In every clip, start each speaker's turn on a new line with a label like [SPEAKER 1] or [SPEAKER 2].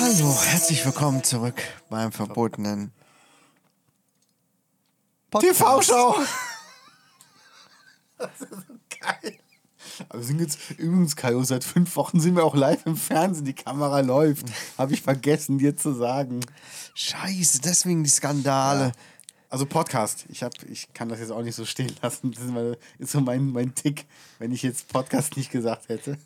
[SPEAKER 1] Hallo, herzlich willkommen zurück beim verbotenen TV-Show. Aber wir sind jetzt übrigens, Kajo, seit fünf Wochen sind wir auch live im Fernsehen. Die Kamera läuft. Habe ich vergessen, dir zu sagen.
[SPEAKER 2] Scheiße, deswegen die Skandale.
[SPEAKER 1] Also Podcast. Ich, hab, ich kann das jetzt auch nicht so stehen lassen. Das ist, meine, ist so mein, mein Tick, wenn ich jetzt Podcast nicht gesagt hätte.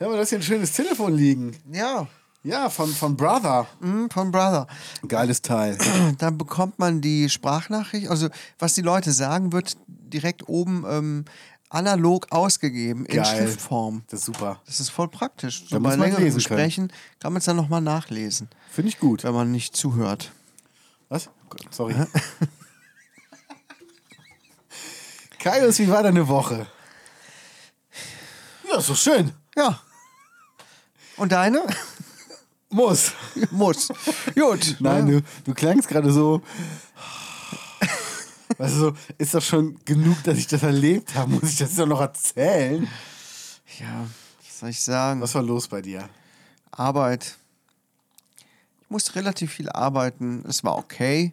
[SPEAKER 1] Ja, aber das ist hier ein schönes Telefon liegen.
[SPEAKER 2] Ja,
[SPEAKER 1] Ja, von, von Brother.
[SPEAKER 2] mm, von Brother.
[SPEAKER 1] Geiles Teil.
[SPEAKER 2] Dann bekommt man die Sprachnachricht, also was die Leute sagen, wird direkt oben ähm, analog ausgegeben in
[SPEAKER 1] Geil.
[SPEAKER 2] Schriftform.
[SPEAKER 1] Das ist super.
[SPEAKER 2] Das ist voll praktisch. So
[SPEAKER 1] Da muss
[SPEAKER 2] bei
[SPEAKER 1] man
[SPEAKER 2] längeren
[SPEAKER 1] lesen können.
[SPEAKER 2] Gesprächen kann man es dann nochmal nachlesen,
[SPEAKER 1] Finde ich gut.
[SPEAKER 2] wenn man nicht zuhört.
[SPEAKER 1] Was? Sorry. Kaius, wie war deine Woche? Ja, ist doch schön.
[SPEAKER 2] Ja. Und deine?
[SPEAKER 1] Muss.
[SPEAKER 2] Muss. Gut.
[SPEAKER 1] Nein, du, du klangst gerade so. Weißt du, so, ist doch schon genug, dass ich das erlebt habe. Muss ich das doch noch erzählen?
[SPEAKER 2] Ja, was soll ich sagen?
[SPEAKER 1] Was war los bei dir?
[SPEAKER 2] Arbeit. Ich musste relativ viel arbeiten. Es war okay.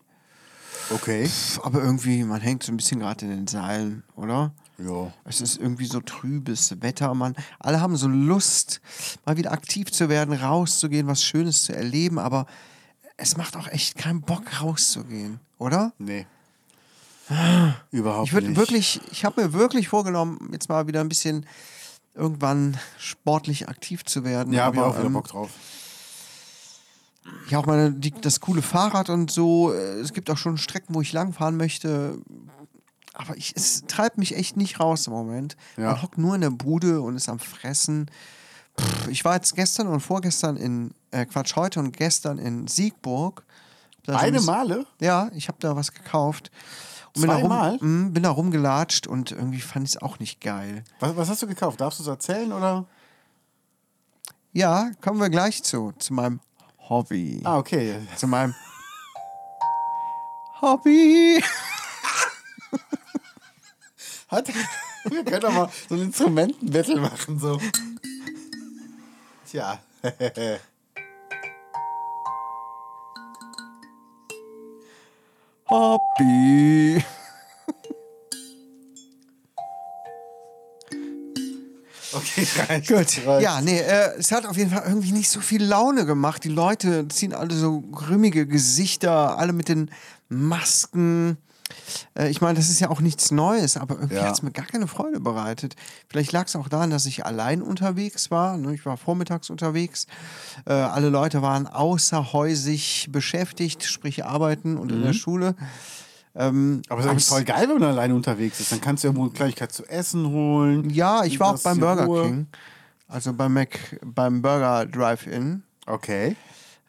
[SPEAKER 1] Okay.
[SPEAKER 2] Pff, aber irgendwie, man hängt so ein bisschen gerade in den Seilen, oder?
[SPEAKER 1] Jo.
[SPEAKER 2] Es ist irgendwie so trübes Wetter, man. Alle haben so Lust, mal wieder aktiv zu werden, rauszugehen, was Schönes zu erleben, aber es macht auch echt keinen Bock, rauszugehen, oder?
[SPEAKER 1] Nee. Überhaupt
[SPEAKER 2] Ich würde
[SPEAKER 1] nicht.
[SPEAKER 2] wirklich, ich habe mir wirklich vorgenommen, jetzt mal wieder ein bisschen irgendwann sportlich aktiv zu werden.
[SPEAKER 1] Ja, habe ich
[SPEAKER 2] aber,
[SPEAKER 1] auch wieder
[SPEAKER 2] ähm,
[SPEAKER 1] Bock drauf.
[SPEAKER 2] Ja, auch meine, die, das coole Fahrrad und so. äh, Es gibt auch schon Strecken, wo ich langfahren möchte. Aber ich, es treibt mich echt nicht raus im Moment.
[SPEAKER 1] Ja.
[SPEAKER 2] Man hockt nur in der Bude und ist am Fressen. Pff, ich war jetzt gestern und vorgestern in, äh, Quatsch, heute und gestern in Siegburg. Hab da so ein
[SPEAKER 1] Eine
[SPEAKER 2] bisschen-
[SPEAKER 1] Male?
[SPEAKER 2] Ja, ich habe da was gekauft. Und bin da,
[SPEAKER 1] Zweimal?
[SPEAKER 2] rum, Mm, bin da rumgelatscht und irgendwie fand ich es auch nicht geil.
[SPEAKER 1] Was, was hast du gekauft? Darfst du es erzählen oder?
[SPEAKER 2] Ja, kommen wir gleich zu, zu meinem Hobby.
[SPEAKER 1] Ah, okay.
[SPEAKER 2] zu meinem Hobby.
[SPEAKER 1] Hat, wir können doch mal so ein Instrumentenbattle machen. So. Tja.
[SPEAKER 2] Hobby.
[SPEAKER 1] Okay, reicht.
[SPEAKER 2] Gut.
[SPEAKER 1] Reicht.
[SPEAKER 2] Ja, nee, äh, es hat auf jeden Fall irgendwie nicht so viel Laune gemacht. Die Leute ziehen alle so grimmige Gesichter, alle mit den Masken. Äh, ich meine, das ist ja auch nichts Neues, aber irgendwie
[SPEAKER 1] Ja.
[SPEAKER 2] hat es mir gar keine Freude bereitet. Vielleicht lag es auch daran, dass ich allein unterwegs war. ne? Ich war vormittags unterwegs. Äh, alle Leute waren außerhäusig beschäftigt, sprich arbeiten und in der Schule. Ähm,
[SPEAKER 1] Aber es ist eigentlich voll geil, wenn man alleine unterwegs ist. Dann kannst du ja wohl eine Kleinigkeit zu essen holen.
[SPEAKER 2] Ja, ich war auch
[SPEAKER 1] Das
[SPEAKER 2] beim
[SPEAKER 1] in
[SPEAKER 2] Burger
[SPEAKER 1] Ruhe.
[SPEAKER 2] King. Also beim Mac, beim Burger Drive-In.
[SPEAKER 1] Okay.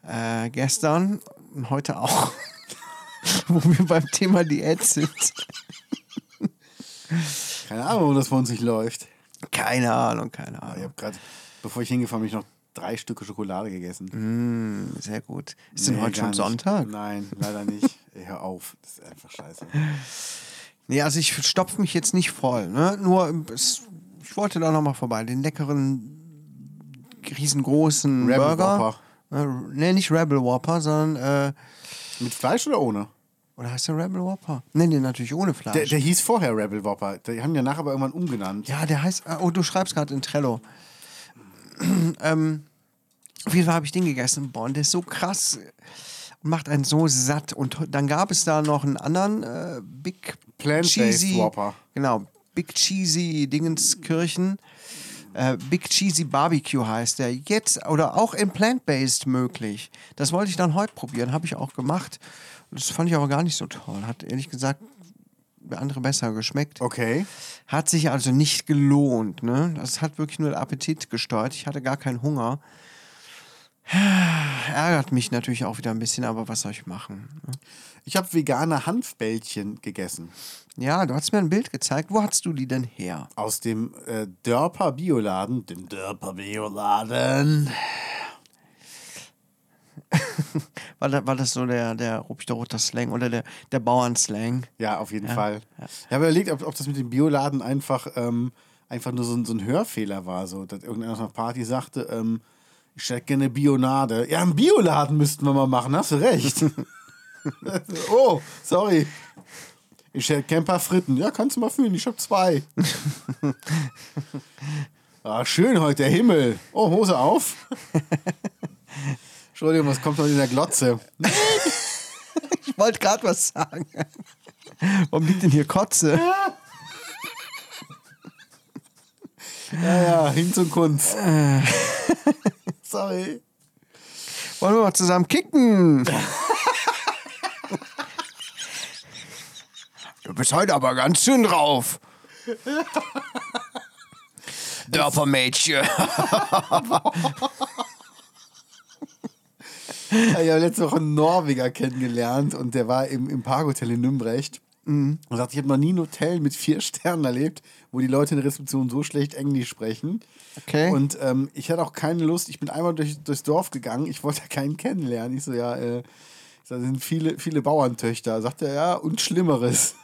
[SPEAKER 2] Äh, gestern und heute auch. Wo wir beim Thema Diät sind.
[SPEAKER 1] Keine Ahnung, warum das bei uns nicht läuft.
[SPEAKER 2] Keine Ahnung, keine
[SPEAKER 1] Aber ich
[SPEAKER 2] Ahnung.
[SPEAKER 1] habe gerade, bevor ich hingefahren bin, ich noch drei Stücke Schokolade gegessen.
[SPEAKER 2] Sehr gut. Ist denn
[SPEAKER 1] Mhm. Nee,
[SPEAKER 2] heute
[SPEAKER 1] gar
[SPEAKER 2] schon
[SPEAKER 1] nicht. Genau.
[SPEAKER 2] Sonntag?
[SPEAKER 1] Nein, leider nicht. Ey, Hör auf. Das ist einfach scheiße.
[SPEAKER 2] Nee, also ich stopf mich jetzt nicht voll. Ne? Nur, es, ich wollte da nochmal vorbei. Den leckeren, riesengroßen
[SPEAKER 1] Rebel
[SPEAKER 2] Burger.
[SPEAKER 1] Whopper.
[SPEAKER 2] Ne, nee, nicht Rebel Whopper, sondern, äh,
[SPEAKER 1] Mit Fleisch oder ohne?
[SPEAKER 2] oder heißt der Rebel Whopper? Nee, nee, natürlich ohne Fleisch.
[SPEAKER 1] Der, der hieß vorher Rebel Whopper. Die haben ja nachher aber irgendwann umgenannt.
[SPEAKER 2] Ja, der heißt. ah, Oh, du schreibst gerade in Trello. ähm, auf jeden Fall habe ich den gegessen. Boah, und der ist so krass und macht einen so satt. Und to- dann gab es da noch einen anderen äh, Big
[SPEAKER 1] Plant-based
[SPEAKER 2] Cheesy.
[SPEAKER 1] Whopper.
[SPEAKER 2] Genau, Big Cheesy Dingenskirchen. Äh, Big Cheesy Barbecue heißt der. Jetzt oder auch in Plant-Based möglich. Das wollte ich dann heute probieren, habe ich auch gemacht. Das fand ich aber gar nicht so toll. Hat ehrlich gesagt andere besser geschmeckt.
[SPEAKER 1] Okay.
[SPEAKER 2] Hat sich also nicht gelohnt. Ne? Das hat wirklich nur den Appetit gesteuert. Ich hatte gar keinen Hunger. Ärgert mich natürlich auch wieder ein bisschen, aber was soll ich machen? ne?
[SPEAKER 1] Ich habe vegane Hanfbällchen gegessen.
[SPEAKER 2] Ja, du hast mir ein Bild gezeigt. Wo hast du die denn her?
[SPEAKER 1] Aus dem äh, Dörper Bioladen. Dem Dörper Bioladen.
[SPEAKER 2] War, da, war das so der, der Rupchterroter Slang oder der, der Bauernslang?
[SPEAKER 1] Ja, auf jeden Fall. Ich habe überlegt, ob, ob das mit dem Bioladen einfach, ähm, einfach nur so ein, so ein Hörfehler war. So, dass irgendeiner auf einer Party sagte, ähm, ich hätte gerne Bionade. Ja, einen Bioladen müssten wir mal machen, hast du recht. oh, sorry. Ich hätte gern ein paar Fritten. Ja, kannst du mal fühlen, ich habe zwei. ah, schön heute, der Himmel. Oh, Hose auf. Entschuldigung, was kommt heute in der Glotze?
[SPEAKER 2] Ich wollte gerade was sagen. Warum liegt denn hier Kotze?
[SPEAKER 1] Ja, ja, hin zum Kunst. sorry.
[SPEAKER 2] Wollen wir mal zusammen kicken? Du bist heute aber ganz schön drauf. Dörfermädchen.
[SPEAKER 1] Ja, Ich habe letzte Woche einen Norweger kennengelernt und der war im, im Parkhotel in Nümbrecht. Und sagt, ich habe noch nie ein Hotel mit vier Sternen erlebt, wo die Leute in der Rezeption so schlecht Englisch sprechen.
[SPEAKER 2] Okay.
[SPEAKER 1] Und ähm, ich hatte auch keine Lust, ich bin einmal durch, durchs Dorf gegangen, ich wollte keinen kennenlernen. Ich so, ja, äh, ich so, da sind viele, viele Bauerntöchter. Sagt er, ja, und Schlimmeres.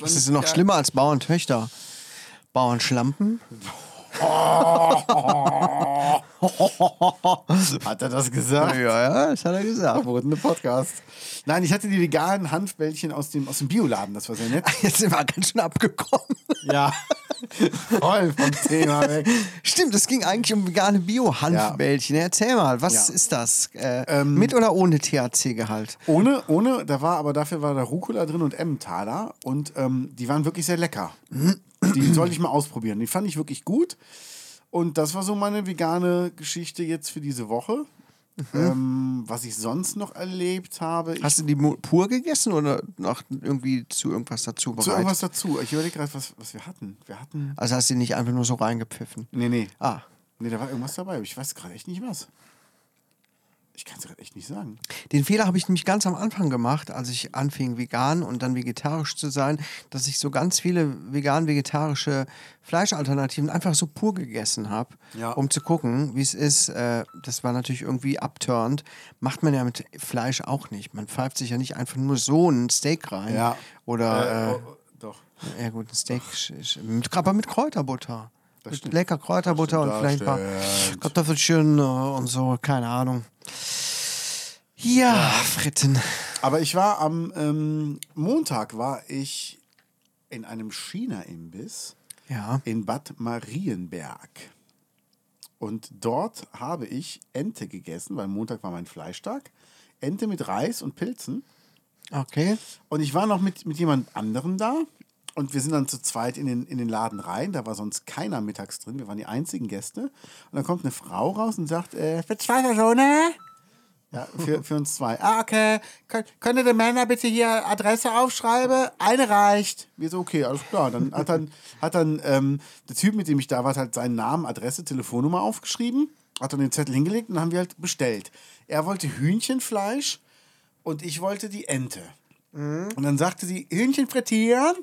[SPEAKER 2] Das ist noch schlimmer als Bauerntöchter. Bauernschlampen?
[SPEAKER 1] Hat er das gesagt?
[SPEAKER 2] ja, das hat er gesagt.
[SPEAKER 1] Verbotene Podcast. Nein, ich hatte die veganen Hanfbällchen aus dem, aus dem Bioladen, das war sehr nett.
[SPEAKER 2] Jetzt sind wir ganz schön abgekommen.
[SPEAKER 1] Ja. Voll vom Thema weg.
[SPEAKER 2] Stimmt, es ging eigentlich um vegane Bio-Hanfbällchen. Erzähl mal, was
[SPEAKER 1] Ja.
[SPEAKER 2] ist das? Äh, mit oder ohne THC-Gehalt?
[SPEAKER 1] Ohne, ohne, da war aber dafür war da Rucola drin und Emmentaler und ähm, die waren wirklich sehr lecker. Die sollte ich mal ausprobieren. Die fand ich wirklich gut. Und das war so meine vegane Geschichte jetzt für diese Woche. Ähm, was ich sonst noch erlebt habe. Ich
[SPEAKER 2] Hast du die mu- pur gegessen oder noch irgendwie zu irgendwas dazu bereit?
[SPEAKER 1] zu irgendwas dazu. Ich überlege gerade, was, was wir hatten. Wir hatten.
[SPEAKER 2] also hast du die nicht einfach nur so reingepfiffen?
[SPEAKER 1] Nee, nee.
[SPEAKER 2] Ah.
[SPEAKER 1] Nee, da war irgendwas dabei. aber Ich weiß gerade echt nicht was. Ich kann es gerade echt nicht sagen.
[SPEAKER 2] Den Fehler habe ich nämlich ganz am Anfang gemacht, als ich anfing vegan und dann vegetarisch zu sein, dass ich so ganz viele vegan-vegetarische Fleischalternativen einfach so pur gegessen habe,
[SPEAKER 1] Ja.
[SPEAKER 2] um zu gucken, wie es ist. Äh, das war natürlich irgendwie abturnt. Macht man ja mit Fleisch auch nicht. Man pfeift sich ja nicht einfach nur so ein Steak rein.
[SPEAKER 1] Ja.
[SPEAKER 2] Oder,
[SPEAKER 1] Äh, oh, doch.
[SPEAKER 2] äh, ja gut, ein Steak, ist- ist- mit, aber mit Kräuterbutter. Mit
[SPEAKER 1] stimmt.
[SPEAKER 2] lecker Kräuterbutter
[SPEAKER 1] Das
[SPEAKER 2] und vielleicht ein paar
[SPEAKER 1] stimmt.
[SPEAKER 2] Kartoffelchen äh, und so, keine Ahnung. ja. Fritten.
[SPEAKER 1] Aber ich war am ähm, Montag war ich in einem China-Imbiss
[SPEAKER 2] Ja.
[SPEAKER 1] in Bad Marienberg. Und dort habe ich Ente gegessen, weil Montag war mein Fleischtag. Ente mit Reis und Pilzen.
[SPEAKER 2] Okay.
[SPEAKER 1] Und ich war noch mit, mit jemand anderem da. Und wir sind dann zu zweit in den, in den Laden rein. Da war sonst keiner mittags drin. Wir waren die einzigen Gäste. Und dann kommt eine Frau raus und sagt, äh, für zwei Personen? Ja, für, für uns zwei. Ah, okay. Kön können die Männer bitte hier Adresse aufschreiben? Eine reicht. Wir so, okay, alles klar. Dann hat dann, hat dann ähm, der Typ, mit dem ich da war, hat halt seinen Namen, Adresse, Telefonnummer aufgeschrieben. Hat dann den Zettel hingelegt und dann haben wir halt bestellt. Er wollte Hühnchenfleisch und ich wollte die Ente. Und dann sagte sie, Hühnchen frittieren.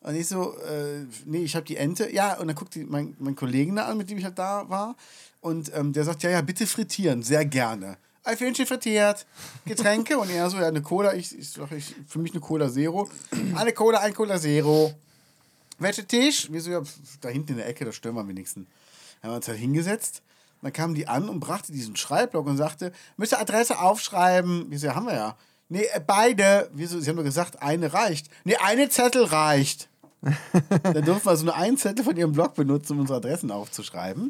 [SPEAKER 1] Und ich so, äh, nee, ich habe die Ente. Ja, und dann guckt die, mein, mein Kollegen da an, mit dem ich halt da war. Und ähm, der sagt, ja, ja, bitte frittieren, sehr gerne. Ein Hühnchen frittiert, Getränke. und er so, ja, eine Cola. Ich, ich, sag, ich für mich eine Cola Zero. Eine Cola, ein Cola Zero. Welcher Tisch? Wir so, ja, pf, da hinten in der Ecke, da stören wir am wenigsten. Dann haben wir uns halt hingesetzt. Dann kamen die an und brachte diesen Schreibblock und sagte, müsst ihr Adresse aufschreiben? Wir so, ja, haben wir ja. Nee, äh, beide. Wir so, sie haben doch gesagt, eine reicht. Nee, eine Zettel reicht. Dann durften wir so nur einen Zettel von ihrem Blog benutzen, um unsere Adressen aufzuschreiben.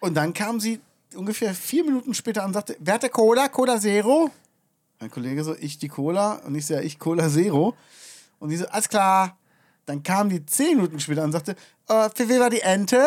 [SPEAKER 1] Und dann kam sie ungefähr vier Minuten später an und sagte, wer hat der Cola? Cola Zero? Mein Kollege so, ich die Cola. Und ich so, ja, ich Cola Zero. Und die so, alles klar. Dann kam die zehn Minuten später an und sagte, äh, für wen war die Ente?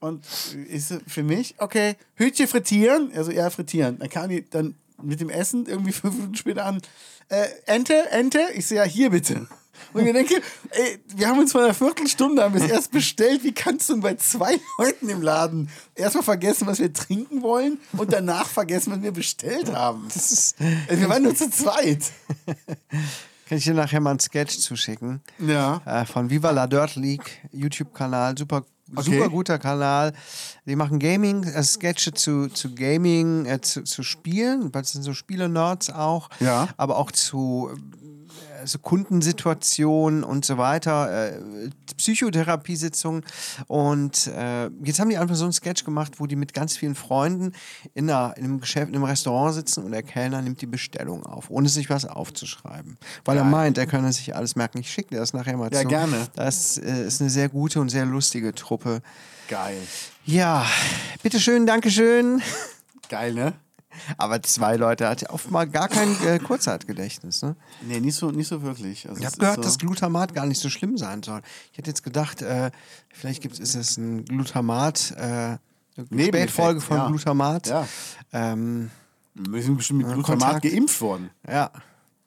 [SPEAKER 1] Und ich so, für mich, okay, Hütchen frittieren? Er so, ja, frittieren. Dann kam die, dann mit dem Essen irgendwie fünf Minuten später an. Äh, Ente, Ente, ich sehe ja hier bitte. Und ich denke, ey, wir haben uns vor einer Viertelstunde haben wir es erst bestellt. Wie kannst du denn bei zwei Leuten im Laden erstmal vergessen, was wir trinken wollen und danach vergessen, was wir bestellt haben?
[SPEAKER 2] Das ist,
[SPEAKER 1] Ey, wir waren nur zu zweit.
[SPEAKER 2] kann ich dir nachher mal einen Sketch zuschicken?
[SPEAKER 1] Ja.
[SPEAKER 2] Äh, von Viva la Dirt League, YouTube-Kanal, super,
[SPEAKER 1] Okay.
[SPEAKER 2] super guter Kanal. Die machen Gaming, äh, Sketche zu, zu Gaming, äh, zu, zu Spielen, das sind so Spiele-Nerds auch,
[SPEAKER 1] Ja.
[SPEAKER 2] aber auch zu äh, so Kundensituationen und so weiter, äh, Psychotherapiesitzungen. Und äh, jetzt haben die einfach so einen Sketch gemacht, wo die mit ganz vielen Freunden in, einer, in einem Geschäft, in einem Restaurant sitzen und der Kellner nimmt die Bestellung auf, ohne sich was aufzuschreiben. Weil er meint, er könne sich alles merken. Ich schicke dir das nachher mal
[SPEAKER 1] Ja,
[SPEAKER 2] zu.
[SPEAKER 1] gerne.
[SPEAKER 2] Das äh, ist eine sehr gute und sehr lustige Truppe.
[SPEAKER 1] Geil.
[SPEAKER 2] Ja, bitteschön, Dankeschön.
[SPEAKER 1] Geil, ne?
[SPEAKER 2] Aber zwei Leute hat ja oftmals gar kein äh, Kurzzeitgedächtnis. Ne?
[SPEAKER 1] Nee, nicht so, nicht so wirklich. Also
[SPEAKER 2] Ich
[SPEAKER 1] es
[SPEAKER 2] habe
[SPEAKER 1] ist
[SPEAKER 2] gehört,
[SPEAKER 1] so,
[SPEAKER 2] dass Glutamat gar nicht so schlimm sein soll. Ich hätte jetzt gedacht, äh, vielleicht gibt's, ist es ein Glutamat, äh, eine
[SPEAKER 1] Nebeneffekt,
[SPEAKER 2] Spätfolge von
[SPEAKER 1] ja.
[SPEAKER 2] Glutamat.
[SPEAKER 1] Ja.
[SPEAKER 2] Ähm,
[SPEAKER 1] Wir sind bestimmt mit Glutamat
[SPEAKER 2] Kontakt.
[SPEAKER 1] geimpft worden.
[SPEAKER 2] ja.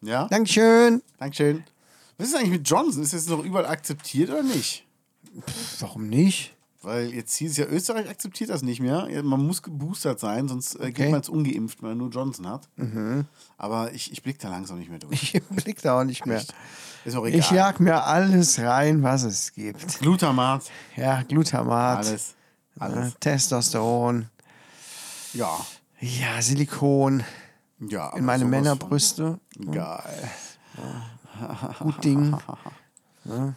[SPEAKER 1] Ja?
[SPEAKER 2] Dankeschön.
[SPEAKER 1] Dankeschön. Was ist eigentlich mit Johnson? Ist das noch überall akzeptiert oder nicht?
[SPEAKER 2] Warum nicht?
[SPEAKER 1] Weil jetzt hieß es ja, Österreich akzeptiert das nicht mehr. Ja, Man muss geboostert sein, sonst äh, geht
[SPEAKER 2] Okay. Mhm.
[SPEAKER 1] man jetzt ungeimpft, wenn man nur Johnson hat. Aber ich, ich blick da langsam nicht mehr durch.
[SPEAKER 2] Ich blick da auch nicht mehr.
[SPEAKER 1] Ist auch egal.
[SPEAKER 2] Ich jag mir alles rein, was es gibt.
[SPEAKER 1] Glutamat,
[SPEAKER 2] Ja, Glutamat,
[SPEAKER 1] alles.
[SPEAKER 2] Äh, Testosteron,
[SPEAKER 1] Ja.
[SPEAKER 2] ja, Silikon
[SPEAKER 1] ja aber
[SPEAKER 2] in meine
[SPEAKER 1] sowas
[SPEAKER 2] Männerbrüste.
[SPEAKER 1] Von. Geil.
[SPEAKER 2] Gut Ding.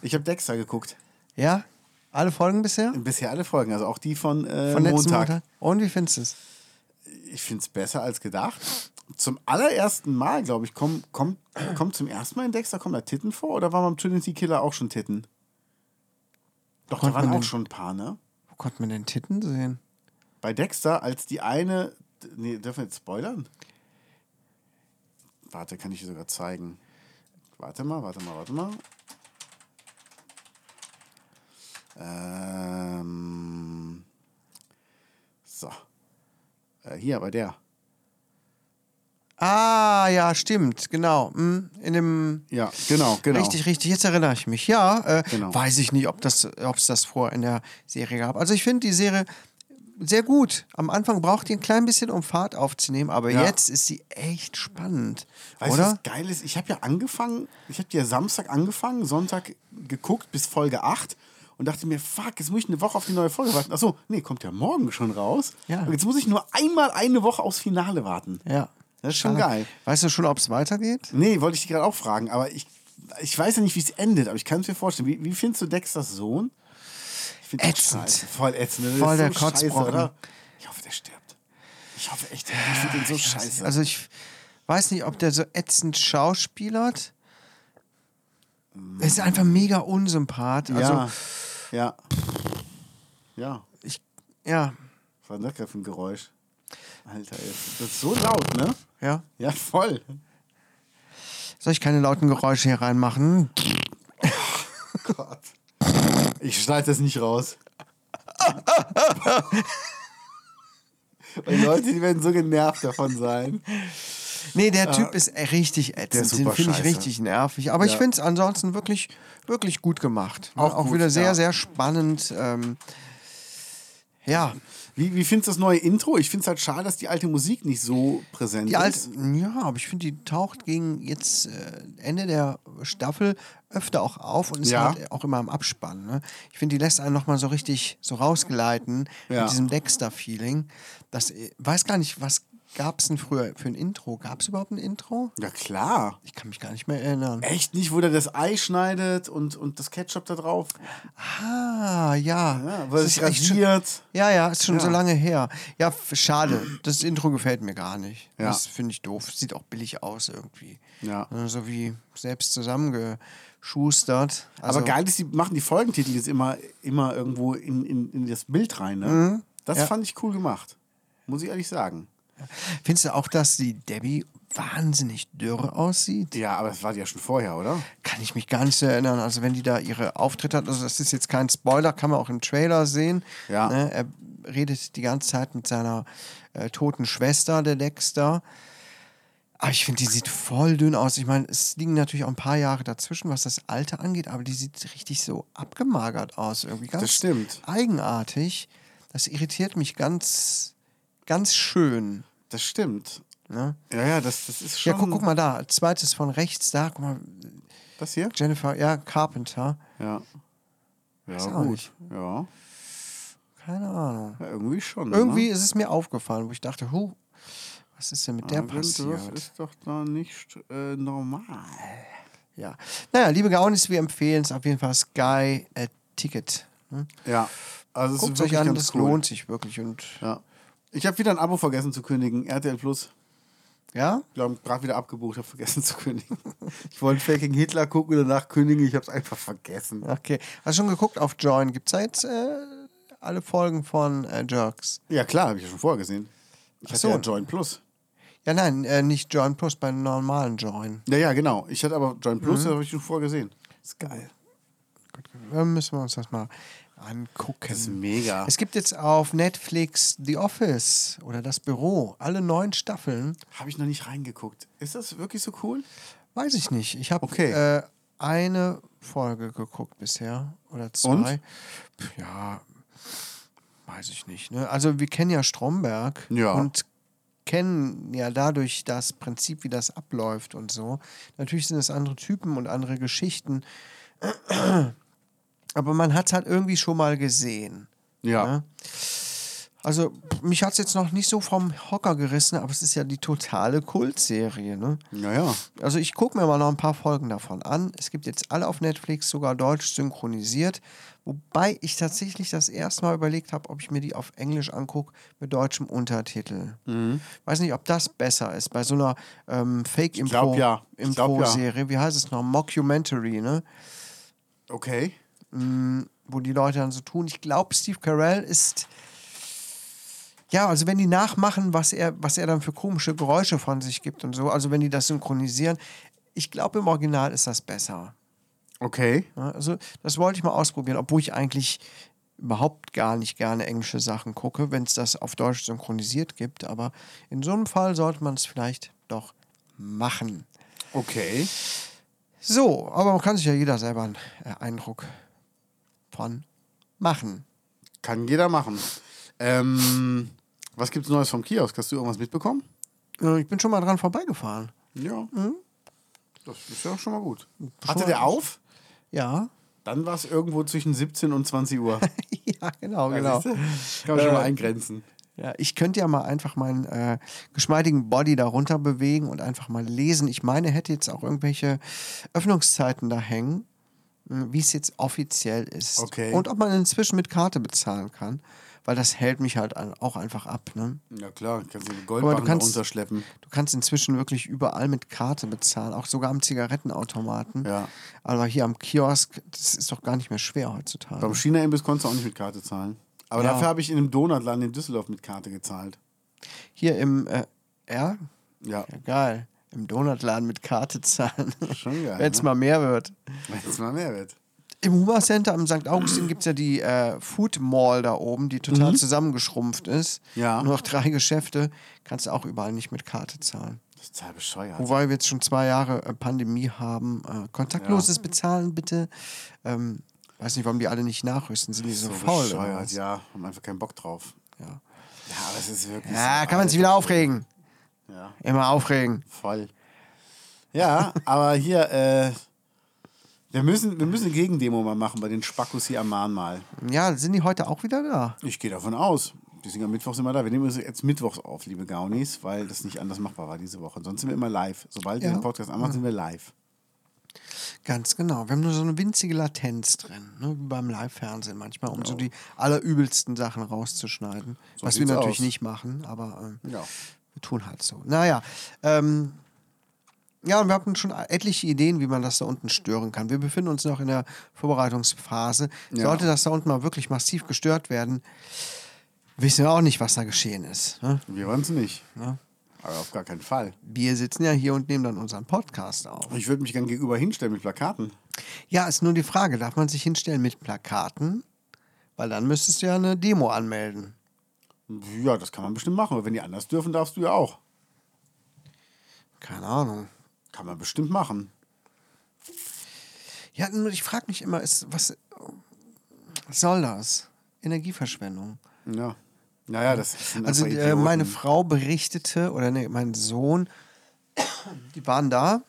[SPEAKER 1] Ich habe Dexter geguckt.
[SPEAKER 2] Ja? Alle Folgen bisher?
[SPEAKER 1] Bisher alle Folgen, also auch die von, äh,
[SPEAKER 2] Von letzten
[SPEAKER 1] Montag.
[SPEAKER 2] Montag. Und wie findest du es?
[SPEAKER 1] ich finde es besser als gedacht. Zum allerersten Mal, glaube ich, kommt komm, komm zum ersten Mal in Dexter, kommen da Titten vor oder waren beim Trinity Killer auch schon Titten? Doch, da
[SPEAKER 2] Konnte
[SPEAKER 1] waren
[SPEAKER 2] man
[SPEAKER 1] auch
[SPEAKER 2] den-
[SPEAKER 1] schon ein paar, ne?
[SPEAKER 2] Wo konnte man denn Titten sehen?
[SPEAKER 1] Bei Dexter, als die eine. Nee, dürfen wir jetzt spoilern? Warte, kann ich dir sogar zeigen. Warte mal, warte mal, warte mal. Ähm. So. Äh, hier, bei der.
[SPEAKER 2] Ah, ja, stimmt, genau. Hm, in dem.
[SPEAKER 1] Ja, genau, genau.
[SPEAKER 2] Richtig, richtig, jetzt erinnere ich mich. Ja, äh,
[SPEAKER 1] Genau.
[SPEAKER 2] weiß ich nicht, ob das, ob es das vor in der Serie gab. Also ich finde die Serie sehr gut. Am Anfang braucht ihr ein klein bisschen, um Fahrt aufzunehmen, aber
[SPEAKER 1] Ja.
[SPEAKER 2] jetzt ist sie echt spannend.
[SPEAKER 1] Weißt du,
[SPEAKER 2] oder?
[SPEAKER 1] was geil ist? Ich habe ja angefangen, ich habe ja Samstag angefangen, Sonntag geguckt bis Folge 8 und dachte mir, fuck, jetzt muss ich eine Woche auf die neue Folge warten. Achso, nee, kommt ja morgen schon raus.
[SPEAKER 2] Ja.
[SPEAKER 1] Und jetzt muss ich nur einmal eine Woche aufs Finale warten.
[SPEAKER 2] Ja.
[SPEAKER 1] Das ist schon
[SPEAKER 2] Schade.
[SPEAKER 1] geil.
[SPEAKER 2] Weißt du schon, ob es weitergeht?
[SPEAKER 1] Nee, wollte ich dich gerade auch fragen, aber ich, ich weiß ja nicht, wie es endet, aber ich kann es mir vorstellen. Wie, wie findest du Dexters Sohn? Ich find's
[SPEAKER 2] Ätzend.
[SPEAKER 1] scheiße. Voll ätzend. Das
[SPEAKER 2] Voll
[SPEAKER 1] ist
[SPEAKER 2] der
[SPEAKER 1] scheiße,
[SPEAKER 2] Kotzbrocken.
[SPEAKER 1] oder? Ich hoffe, der stirbt. Ich hoffe echt, ich finde den so scheiße.
[SPEAKER 2] Also ich weiß nicht, ob der so ätzend schauspielert. Er ist einfach mega unsympath. Also
[SPEAKER 1] Mm. ja. Ja. Ja.
[SPEAKER 2] ich, ja,
[SPEAKER 1] Was war denn das gerade für ein Geräusch? Alter, ey, das ist so laut, ne?
[SPEAKER 2] ja.
[SPEAKER 1] Ja, voll.
[SPEAKER 2] Soll ich keine lauten Geräusche hier reinmachen?
[SPEAKER 1] Gott. Ich schneide das nicht raus. Weil Leute, die werden so genervt davon sein.
[SPEAKER 2] Nee, der Typ ist äh, richtig ätzend.
[SPEAKER 1] ist super
[SPEAKER 2] Den finde ich
[SPEAKER 1] scheiße.
[SPEAKER 2] richtig nervig. Aber ich
[SPEAKER 1] Ja.
[SPEAKER 2] finde es ansonsten wirklich, wirklich gut gemacht. Ne?
[SPEAKER 1] Auch
[SPEAKER 2] auch
[SPEAKER 1] gut,
[SPEAKER 2] wieder sehr,
[SPEAKER 1] ja.
[SPEAKER 2] sehr spannend. Ähm, ja,
[SPEAKER 1] Wie, wie findest du das neue Intro? Ich finde es halt schade, dass die alte Musik nicht so präsent
[SPEAKER 2] Die
[SPEAKER 1] ist.
[SPEAKER 2] alte, ja, aber ich finde, die taucht gegen jetzt äh, Ende der Staffel öfter auch auf und ist
[SPEAKER 1] Ja.
[SPEAKER 2] halt auch immer im Abspann. Ne? Ich finde, die lässt einen nochmal so richtig so rausgleiten
[SPEAKER 1] Ja.
[SPEAKER 2] mit diesem Dexter-Feeling. Das äh, weiß gar nicht, was gab es denn früher für ein Intro? Gab es überhaupt ein Intro?
[SPEAKER 1] Ja, klar.
[SPEAKER 2] Ich kann mich gar nicht mehr erinnern.
[SPEAKER 1] Echt nicht, wo der das Ei schneidet und, und das Ketchup da drauf.
[SPEAKER 2] Ah, ja.
[SPEAKER 1] Ja, weil
[SPEAKER 2] Das
[SPEAKER 1] es
[SPEAKER 2] echt schon-
[SPEAKER 1] rasiert.
[SPEAKER 2] Ja, ja, ist schon so lange her. Ja, f- schade. Das Intro gefällt mir gar nicht.
[SPEAKER 1] Ja.
[SPEAKER 2] Das finde ich doof. Sieht auch billig aus irgendwie.
[SPEAKER 1] Ja.
[SPEAKER 2] Ne, So wie selbst zusammengeschustert. Also,
[SPEAKER 1] Aber geil ist, die machen die Folgentitel jetzt immer, immer irgendwo in, in, in das Bild rein. Ne? Das
[SPEAKER 2] Mhm. Ja.
[SPEAKER 1] fand ich cool gemacht. Muss ich ehrlich sagen.
[SPEAKER 2] Findest du auch, dass die Debbie wahnsinnig dürr aussieht?
[SPEAKER 1] Ja, aber das war die ja schon vorher, oder?
[SPEAKER 2] Kann ich mich gar nicht so erinnern. Also, wenn die da ihre Auftritte hat, also das ist jetzt kein Spoiler, kann man auch im Trailer sehen.
[SPEAKER 1] Ja.
[SPEAKER 2] Ne, er redet die ganze Zeit mit seiner äh, toten Schwester, der Dexter. Aber ich finde, die sieht voll dünn aus. Ich meine, es liegen natürlich auch ein paar Jahre dazwischen, was das Alter angeht, aber die sieht richtig so abgemagert aus. Irgendwie ganz
[SPEAKER 1] Das stimmt.
[SPEAKER 2] eigenartig. Das irritiert mich ganz, ganz schön.
[SPEAKER 1] Das stimmt.
[SPEAKER 2] Ne?
[SPEAKER 1] Ja, ja, das, das ist schon.
[SPEAKER 2] Ja, guck, guck mal da. Zweites von rechts, da, guck mal,
[SPEAKER 1] Das hier?
[SPEAKER 2] Jennifer, ja, Carpenter.
[SPEAKER 1] Ja. Ja,
[SPEAKER 2] auch
[SPEAKER 1] gut.
[SPEAKER 2] nicht.
[SPEAKER 1] Ja.
[SPEAKER 2] Keine Ahnung.
[SPEAKER 1] ja, irgendwie schon.
[SPEAKER 2] Irgendwie
[SPEAKER 1] ne?
[SPEAKER 2] ist es mir aufgefallen, wo ich dachte, huh, was ist denn mit der
[SPEAKER 1] Aber Also, Das
[SPEAKER 2] passiert?
[SPEAKER 1] ist doch da nicht äh, normal.
[SPEAKER 2] Ja. Naja, liebe Gaunis, wir empfehlen es auf jeden Fall Sky äh, Ticket. Hm?
[SPEAKER 1] Ja. Also, es
[SPEAKER 2] Guckt
[SPEAKER 1] ist
[SPEAKER 2] euch
[SPEAKER 1] wirklich
[SPEAKER 2] an,
[SPEAKER 1] ganz
[SPEAKER 2] das
[SPEAKER 1] cool.
[SPEAKER 2] lohnt sich wirklich. Und
[SPEAKER 1] Ja. Ich habe wieder ein Abo vergessen zu kündigen. RTL Plus.
[SPEAKER 2] ja,
[SPEAKER 1] Ich glaube, gerade wieder abgebucht, habe vergessen zu kündigen. Ich wollte Faking Hitler gucken und danach kündigen. Ich habe es einfach vergessen.
[SPEAKER 2] okay. Hast du schon geguckt auf Join? Gibt es da jetzt äh, alle Folgen von äh, Jerks?
[SPEAKER 1] Ja, klar, habe ich ja schon vorher gesehen. Ich hatte
[SPEAKER 2] so.
[SPEAKER 1] ja Join Plus.
[SPEAKER 2] Ja, nein, äh, nicht Join Plus, bei normalen Join.
[SPEAKER 1] Ja, ja, genau. Ich hatte aber Join Plus, das habe ich schon vorher gesehen. ist geil.
[SPEAKER 2] Dann müssen wir uns das mal angucken.
[SPEAKER 1] Das ist mega.
[SPEAKER 2] Es gibt jetzt auf Netflix The Office oder Das Büro, alle neun Staffeln.
[SPEAKER 1] Habe ich noch nicht reingeguckt. Ist das wirklich so cool?
[SPEAKER 2] Weiß ich nicht. Ich habe
[SPEAKER 1] Okay.
[SPEAKER 2] äh, eine Folge geguckt bisher oder zwei. Pff, Ja, weiß ich nicht. Ne? Also wir kennen ja Stromberg
[SPEAKER 1] Ja.
[SPEAKER 2] und kennen ja dadurch das Prinzip, wie das abläuft und so. Natürlich sind es andere Typen und andere Geschichten. Aber man hat es halt irgendwie schon mal gesehen.
[SPEAKER 1] Ja.
[SPEAKER 2] Also, mich hat es jetzt noch nicht so vom Hocker gerissen, aber es ist ja die totale Kultserie. Ne?
[SPEAKER 1] Naja.
[SPEAKER 2] Also, ich gucke mir mal noch ein paar Folgen davon an. Es gibt jetzt alle auf Netflix, sogar deutsch synchronisiert. Wobei ich tatsächlich das erste Mal überlegt habe, ob ich mir die auf Englisch angucke mit deutschem Untertitel.
[SPEAKER 1] Mhm.
[SPEAKER 2] Weiß nicht, ob das besser ist. Bei so einer ähm,
[SPEAKER 1] glaub, ja. Ich glaub, ja.
[SPEAKER 2] Fake-Info-Serie, wie heißt es noch? Mockumentary, ne?
[SPEAKER 1] Okay.
[SPEAKER 2] wo die Leute dann so tun. Ich glaube, Steve Carell ist. Ja, also wenn die nachmachen, was er, was er dann für komische Geräusche von sich gibt und so, also wenn die das synchronisieren, ich glaube, im Original ist das besser.
[SPEAKER 1] Okay.
[SPEAKER 2] Ja, Also das wollte ich mal ausprobieren, obwohl ich eigentlich überhaupt gar nicht gerne englische Sachen gucke, wenn es das auf Deutsch synchronisiert gibt. Aber in so einem Fall sollte man es vielleicht doch machen.
[SPEAKER 1] Okay.
[SPEAKER 2] So, aber man kann sich ja jeder selber einen äh, Eindruck von machen.
[SPEAKER 1] Kann jeder machen. Ähm, was gibt's Neues vom Kiosk? Hast du irgendwas mitbekommen?
[SPEAKER 2] Äh, Ich bin schon mal dran vorbeigefahren.
[SPEAKER 1] Ja. Das ist ja Mhm. schon mal gut. Hatte
[SPEAKER 2] Schon-
[SPEAKER 1] der auf?
[SPEAKER 2] Ja.
[SPEAKER 1] Dann war es irgendwo zwischen 17 und 20 Uhr.
[SPEAKER 2] ja, genau,
[SPEAKER 1] Ja,
[SPEAKER 2] genau.
[SPEAKER 1] siehste? Kann man schon mal eingrenzen.
[SPEAKER 2] Ja, ich könnte ja mal einfach meinen äh, geschmeidigen Body darunter bewegen und einfach mal lesen. Ich meine, hätte jetzt auch irgendwelche Öffnungszeiten da hängen, mh, wie es jetzt offiziell ist.
[SPEAKER 1] Okay.
[SPEAKER 2] Und ob man inzwischen mit Karte bezahlen kann, weil das hält mich halt an, auch einfach ab. Ne?
[SPEAKER 1] Ja klar, kannst du eine
[SPEAKER 2] Aber
[SPEAKER 1] Goldbahn
[SPEAKER 2] du kannst-
[SPEAKER 1] runterschleppen.
[SPEAKER 2] Du kannst inzwischen wirklich überall mit Karte bezahlen, auch sogar am Zigarettenautomaten.
[SPEAKER 1] Ja.
[SPEAKER 2] Aber hier am Kiosk, das ist doch gar nicht mehr schwer heutzutage.
[SPEAKER 1] Beim China-Imbiss konntest du auch nicht mit Karte zahlen. Aber
[SPEAKER 2] Ja.
[SPEAKER 1] dafür habe ich in einem Donutladen in Düsseldorf mit Karte gezahlt.
[SPEAKER 2] Hier im äh, R?
[SPEAKER 1] Ja,
[SPEAKER 2] Ja, geil. Im Donutladen mit Karte zahlen.
[SPEAKER 1] Schon geil,
[SPEAKER 2] Wenn es
[SPEAKER 1] ne?
[SPEAKER 2] mal mehr wird.
[SPEAKER 1] wenn es mal mehr wird.
[SPEAKER 2] Im Huber Center am St. Augustin gibt es ja die äh, Food Mall da oben, die total zusammengeschrumpft ist.
[SPEAKER 1] Mhm. Ja.
[SPEAKER 2] Nur noch drei Geschäfte. Kannst du auch überall nicht mit Karte zahlen.
[SPEAKER 1] Das ist total bescheuert.
[SPEAKER 2] Wobei wir jetzt schon zwei Jahre äh, Pandemie haben. Äh, kontaktloses Bezahlen bitte. Ähm, weiß nicht, warum die alle nicht nachrüsten. Sind die so, faul? oder
[SPEAKER 1] bescheuert,
[SPEAKER 2] was?
[SPEAKER 1] ja. Haben einfach keinen Bock drauf. Ja. Ja, aber es ist wirklich.
[SPEAKER 2] ja,
[SPEAKER 1] so
[SPEAKER 2] Ah, kann man sich wieder aufregen.
[SPEAKER 1] alt. Ja,
[SPEAKER 2] Immer aufregen.
[SPEAKER 1] voll. Ja, aber hier, äh, wir müssen, wir müssen eine Gegendemo mal machen bei den Spackos hier am Mahnmal.
[SPEAKER 2] Ja, sind die heute auch wieder da?
[SPEAKER 1] Ich gehe davon aus. Die sind am Mittwochs immer da. Wir nehmen es jetzt mittwochs auf, liebe Gaunis, weil das nicht anders machbar war diese Woche. Sonst sind wir immer live. Sobald
[SPEAKER 2] Ja.
[SPEAKER 1] wir den Podcast anmachen, sind wir live.
[SPEAKER 2] Ganz genau. Wir haben nur so eine winzige Latenz drin, ne? wie beim Live-Fernsehen manchmal, um so die allerübelsten Sachen rauszuschneiden.
[SPEAKER 1] Genau. So
[SPEAKER 2] was wir
[SPEAKER 1] sieht's
[SPEAKER 2] natürlich
[SPEAKER 1] aus.
[SPEAKER 2] nicht machen, aber ähm,
[SPEAKER 1] Ja.
[SPEAKER 2] wir tun halt so. Naja, ähm, ja, und wir hatten schon etliche Ideen, wie man das da unten stören kann. Wir befinden uns noch in der Vorbereitungsphase. Sollte das da unten mal wirklich massiv gestört werden, wissen wir auch nicht, was da geschehen ist. Ne?
[SPEAKER 1] Wir waren es nicht. Aber auf gar keinen Fall.
[SPEAKER 2] Wir sitzen ja hier und nehmen dann unseren Podcast auf.
[SPEAKER 1] Ich würde mich gern gegenüber hinstellen mit Plakaten.
[SPEAKER 2] Ja, ist nur die Frage, darf man sich hinstellen mit Plakaten? Weil dann müsstest du ja eine Demo anmelden.
[SPEAKER 1] Ja, das kann man bestimmt machen. Aber wenn die anders dürfen, darfst du ja auch.
[SPEAKER 2] Keine Ahnung.
[SPEAKER 1] Kann man bestimmt machen.
[SPEAKER 2] Ja, nur ich frage mich immer, ist, was soll das? Energieverschwendung.
[SPEAKER 1] Ja. Naja, das sind
[SPEAKER 2] Also
[SPEAKER 1] einfach
[SPEAKER 2] äh, meine
[SPEAKER 1] Idioten.
[SPEAKER 2] Frau berichtete, oder nee, mein Sohn, die waren da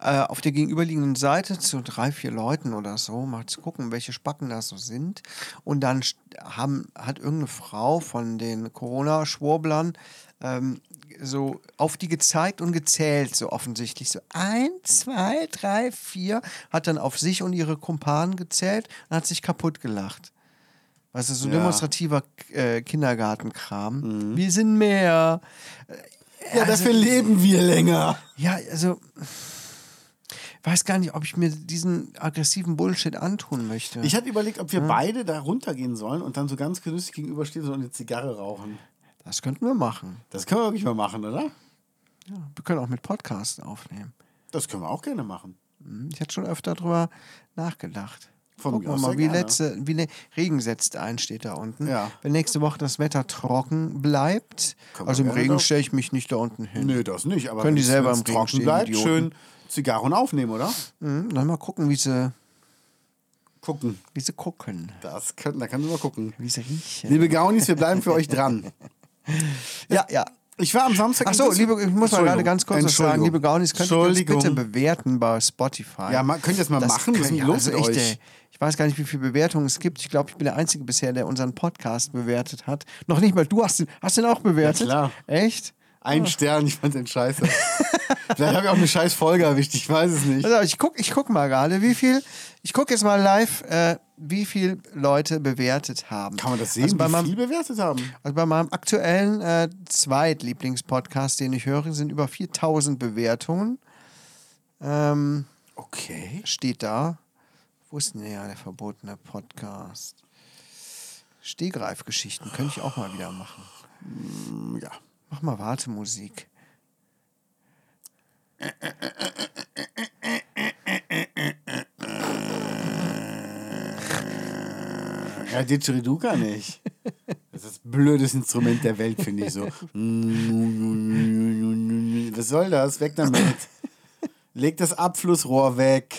[SPEAKER 2] äh, auf der gegenüberliegenden Seite zu drei, vier Leuten oder so, mal zu gucken, welche Spacken da so sind. Und dann st- haben, hat irgendeine Frau von den Corona-Schwurblern ähm, so auf die gezeigt und gezählt, so offensichtlich. So ein, zwei, drei, vier, hat dann auf sich und ihre Kumpanen gezählt und hat sich kaputt gelacht. Weißt du, so
[SPEAKER 1] Ja.
[SPEAKER 2] demonstrativer äh, Kindergartenkram. Wir sind mehr.
[SPEAKER 1] Ja, dafür leben wir länger.
[SPEAKER 2] Ja, also. Weiß gar nicht, ob ich mir diesen aggressiven Bullshit antun möchte.
[SPEAKER 1] Ich hatte überlegt, ob wir beide da runtergehen sollen und dann so ganz genüsslich gegenüberstehen sollen und eine Zigarre rauchen.
[SPEAKER 2] das könnten wir machen.
[SPEAKER 1] Das können wir wirklich mal machen, oder?
[SPEAKER 2] Ja, wir können auch mit Podcasts aufnehmen.
[SPEAKER 1] Das können wir auch gerne machen.
[SPEAKER 2] Hm, Ich hatte schon öfter drüber nachgedacht.
[SPEAKER 1] Von
[SPEAKER 2] Gucken
[SPEAKER 1] mir
[SPEAKER 2] wir
[SPEAKER 1] aus
[SPEAKER 2] mal,
[SPEAKER 1] sehr
[SPEAKER 2] wie
[SPEAKER 1] gerne.
[SPEAKER 2] letzte, wie ne, Regen setzt ein, steht da unten.
[SPEAKER 1] Ja.
[SPEAKER 2] Wenn nächste Woche das Wetter trocken bleibt,
[SPEAKER 1] Können wir
[SPEAKER 2] also im
[SPEAKER 1] gerne
[SPEAKER 2] Regen
[SPEAKER 1] doch-
[SPEAKER 2] stelle ich mich nicht da unten hin.
[SPEAKER 1] Nö, das nicht. Aber
[SPEAKER 2] Können die
[SPEAKER 1] wenn's-
[SPEAKER 2] selber
[SPEAKER 1] wenn's
[SPEAKER 2] im Regen
[SPEAKER 1] trocken
[SPEAKER 2] stehen,
[SPEAKER 1] bleibt,
[SPEAKER 2] Idioten.
[SPEAKER 1] schön Zigarren aufnehmen, oder?
[SPEAKER 2] Hm, dann mal gucken, wie sie,
[SPEAKER 1] Gucken.
[SPEAKER 2] wie sie gucken,
[SPEAKER 1] Das können, da kannst du mal gucken.
[SPEAKER 2] wie sie riechen.
[SPEAKER 1] Liebe Gaunis, wir bleiben für euch dran.
[SPEAKER 2] ja, ja.
[SPEAKER 1] Ich war am Samstag. in
[SPEAKER 2] Achso,
[SPEAKER 1] Düssel-
[SPEAKER 2] liebe, ich muss mal
[SPEAKER 1] Entschuldigung.
[SPEAKER 2] gerade ganz kurz was sagen,
[SPEAKER 1] Entschuldigung.
[SPEAKER 2] liebe Gaunis, könnt ihr uns
[SPEAKER 1] Entschuldigung.
[SPEAKER 2] bitte bewerten bei Spotify?
[SPEAKER 1] Ja, ma- könnt ihr das mal machen? Was ist
[SPEAKER 2] kann-
[SPEAKER 1] denn los mit euch?
[SPEAKER 2] ey, also ich weiß gar nicht, wie viele Bewertungen es gibt. Ich glaube, ich bin der Einzige bisher, der unseren Podcast bewertet hat. Noch nicht mal du hast ihn, hast ihn auch bewertet?
[SPEAKER 1] Ja, klar.
[SPEAKER 2] Echt?
[SPEAKER 1] Ein Stern, ich fand den scheiße. Vielleicht habe ich auch eine scheiß Folge erwischt, ich weiß es nicht.
[SPEAKER 2] Also ich guck, ich guck mal gerade, wie viel, ich gucke jetzt mal live, äh, wie viele Leute bewertet haben.
[SPEAKER 1] Kann man das sehen,
[SPEAKER 2] Also bei,
[SPEAKER 1] wie
[SPEAKER 2] meinem,
[SPEAKER 1] viel bewertet haben?
[SPEAKER 2] also bei meinem aktuellen äh, Zweitlieblingspodcast, den ich höre, sind über 4000 Bewertungen. Ähm,
[SPEAKER 1] Okay.
[SPEAKER 2] steht da. Wo ist denn ja der verbotene Podcast? Stehgreifgeschichten könnte ich auch mal wieder machen.
[SPEAKER 1] Hm, Ja.
[SPEAKER 2] Mach mal Wartemusik.
[SPEAKER 1] Ja, Didgeridoo kann ich. Das ist das blödeste Instrument der Welt, finde ich so. Was soll das? Weg damit. Leg das Abflussrohr weg.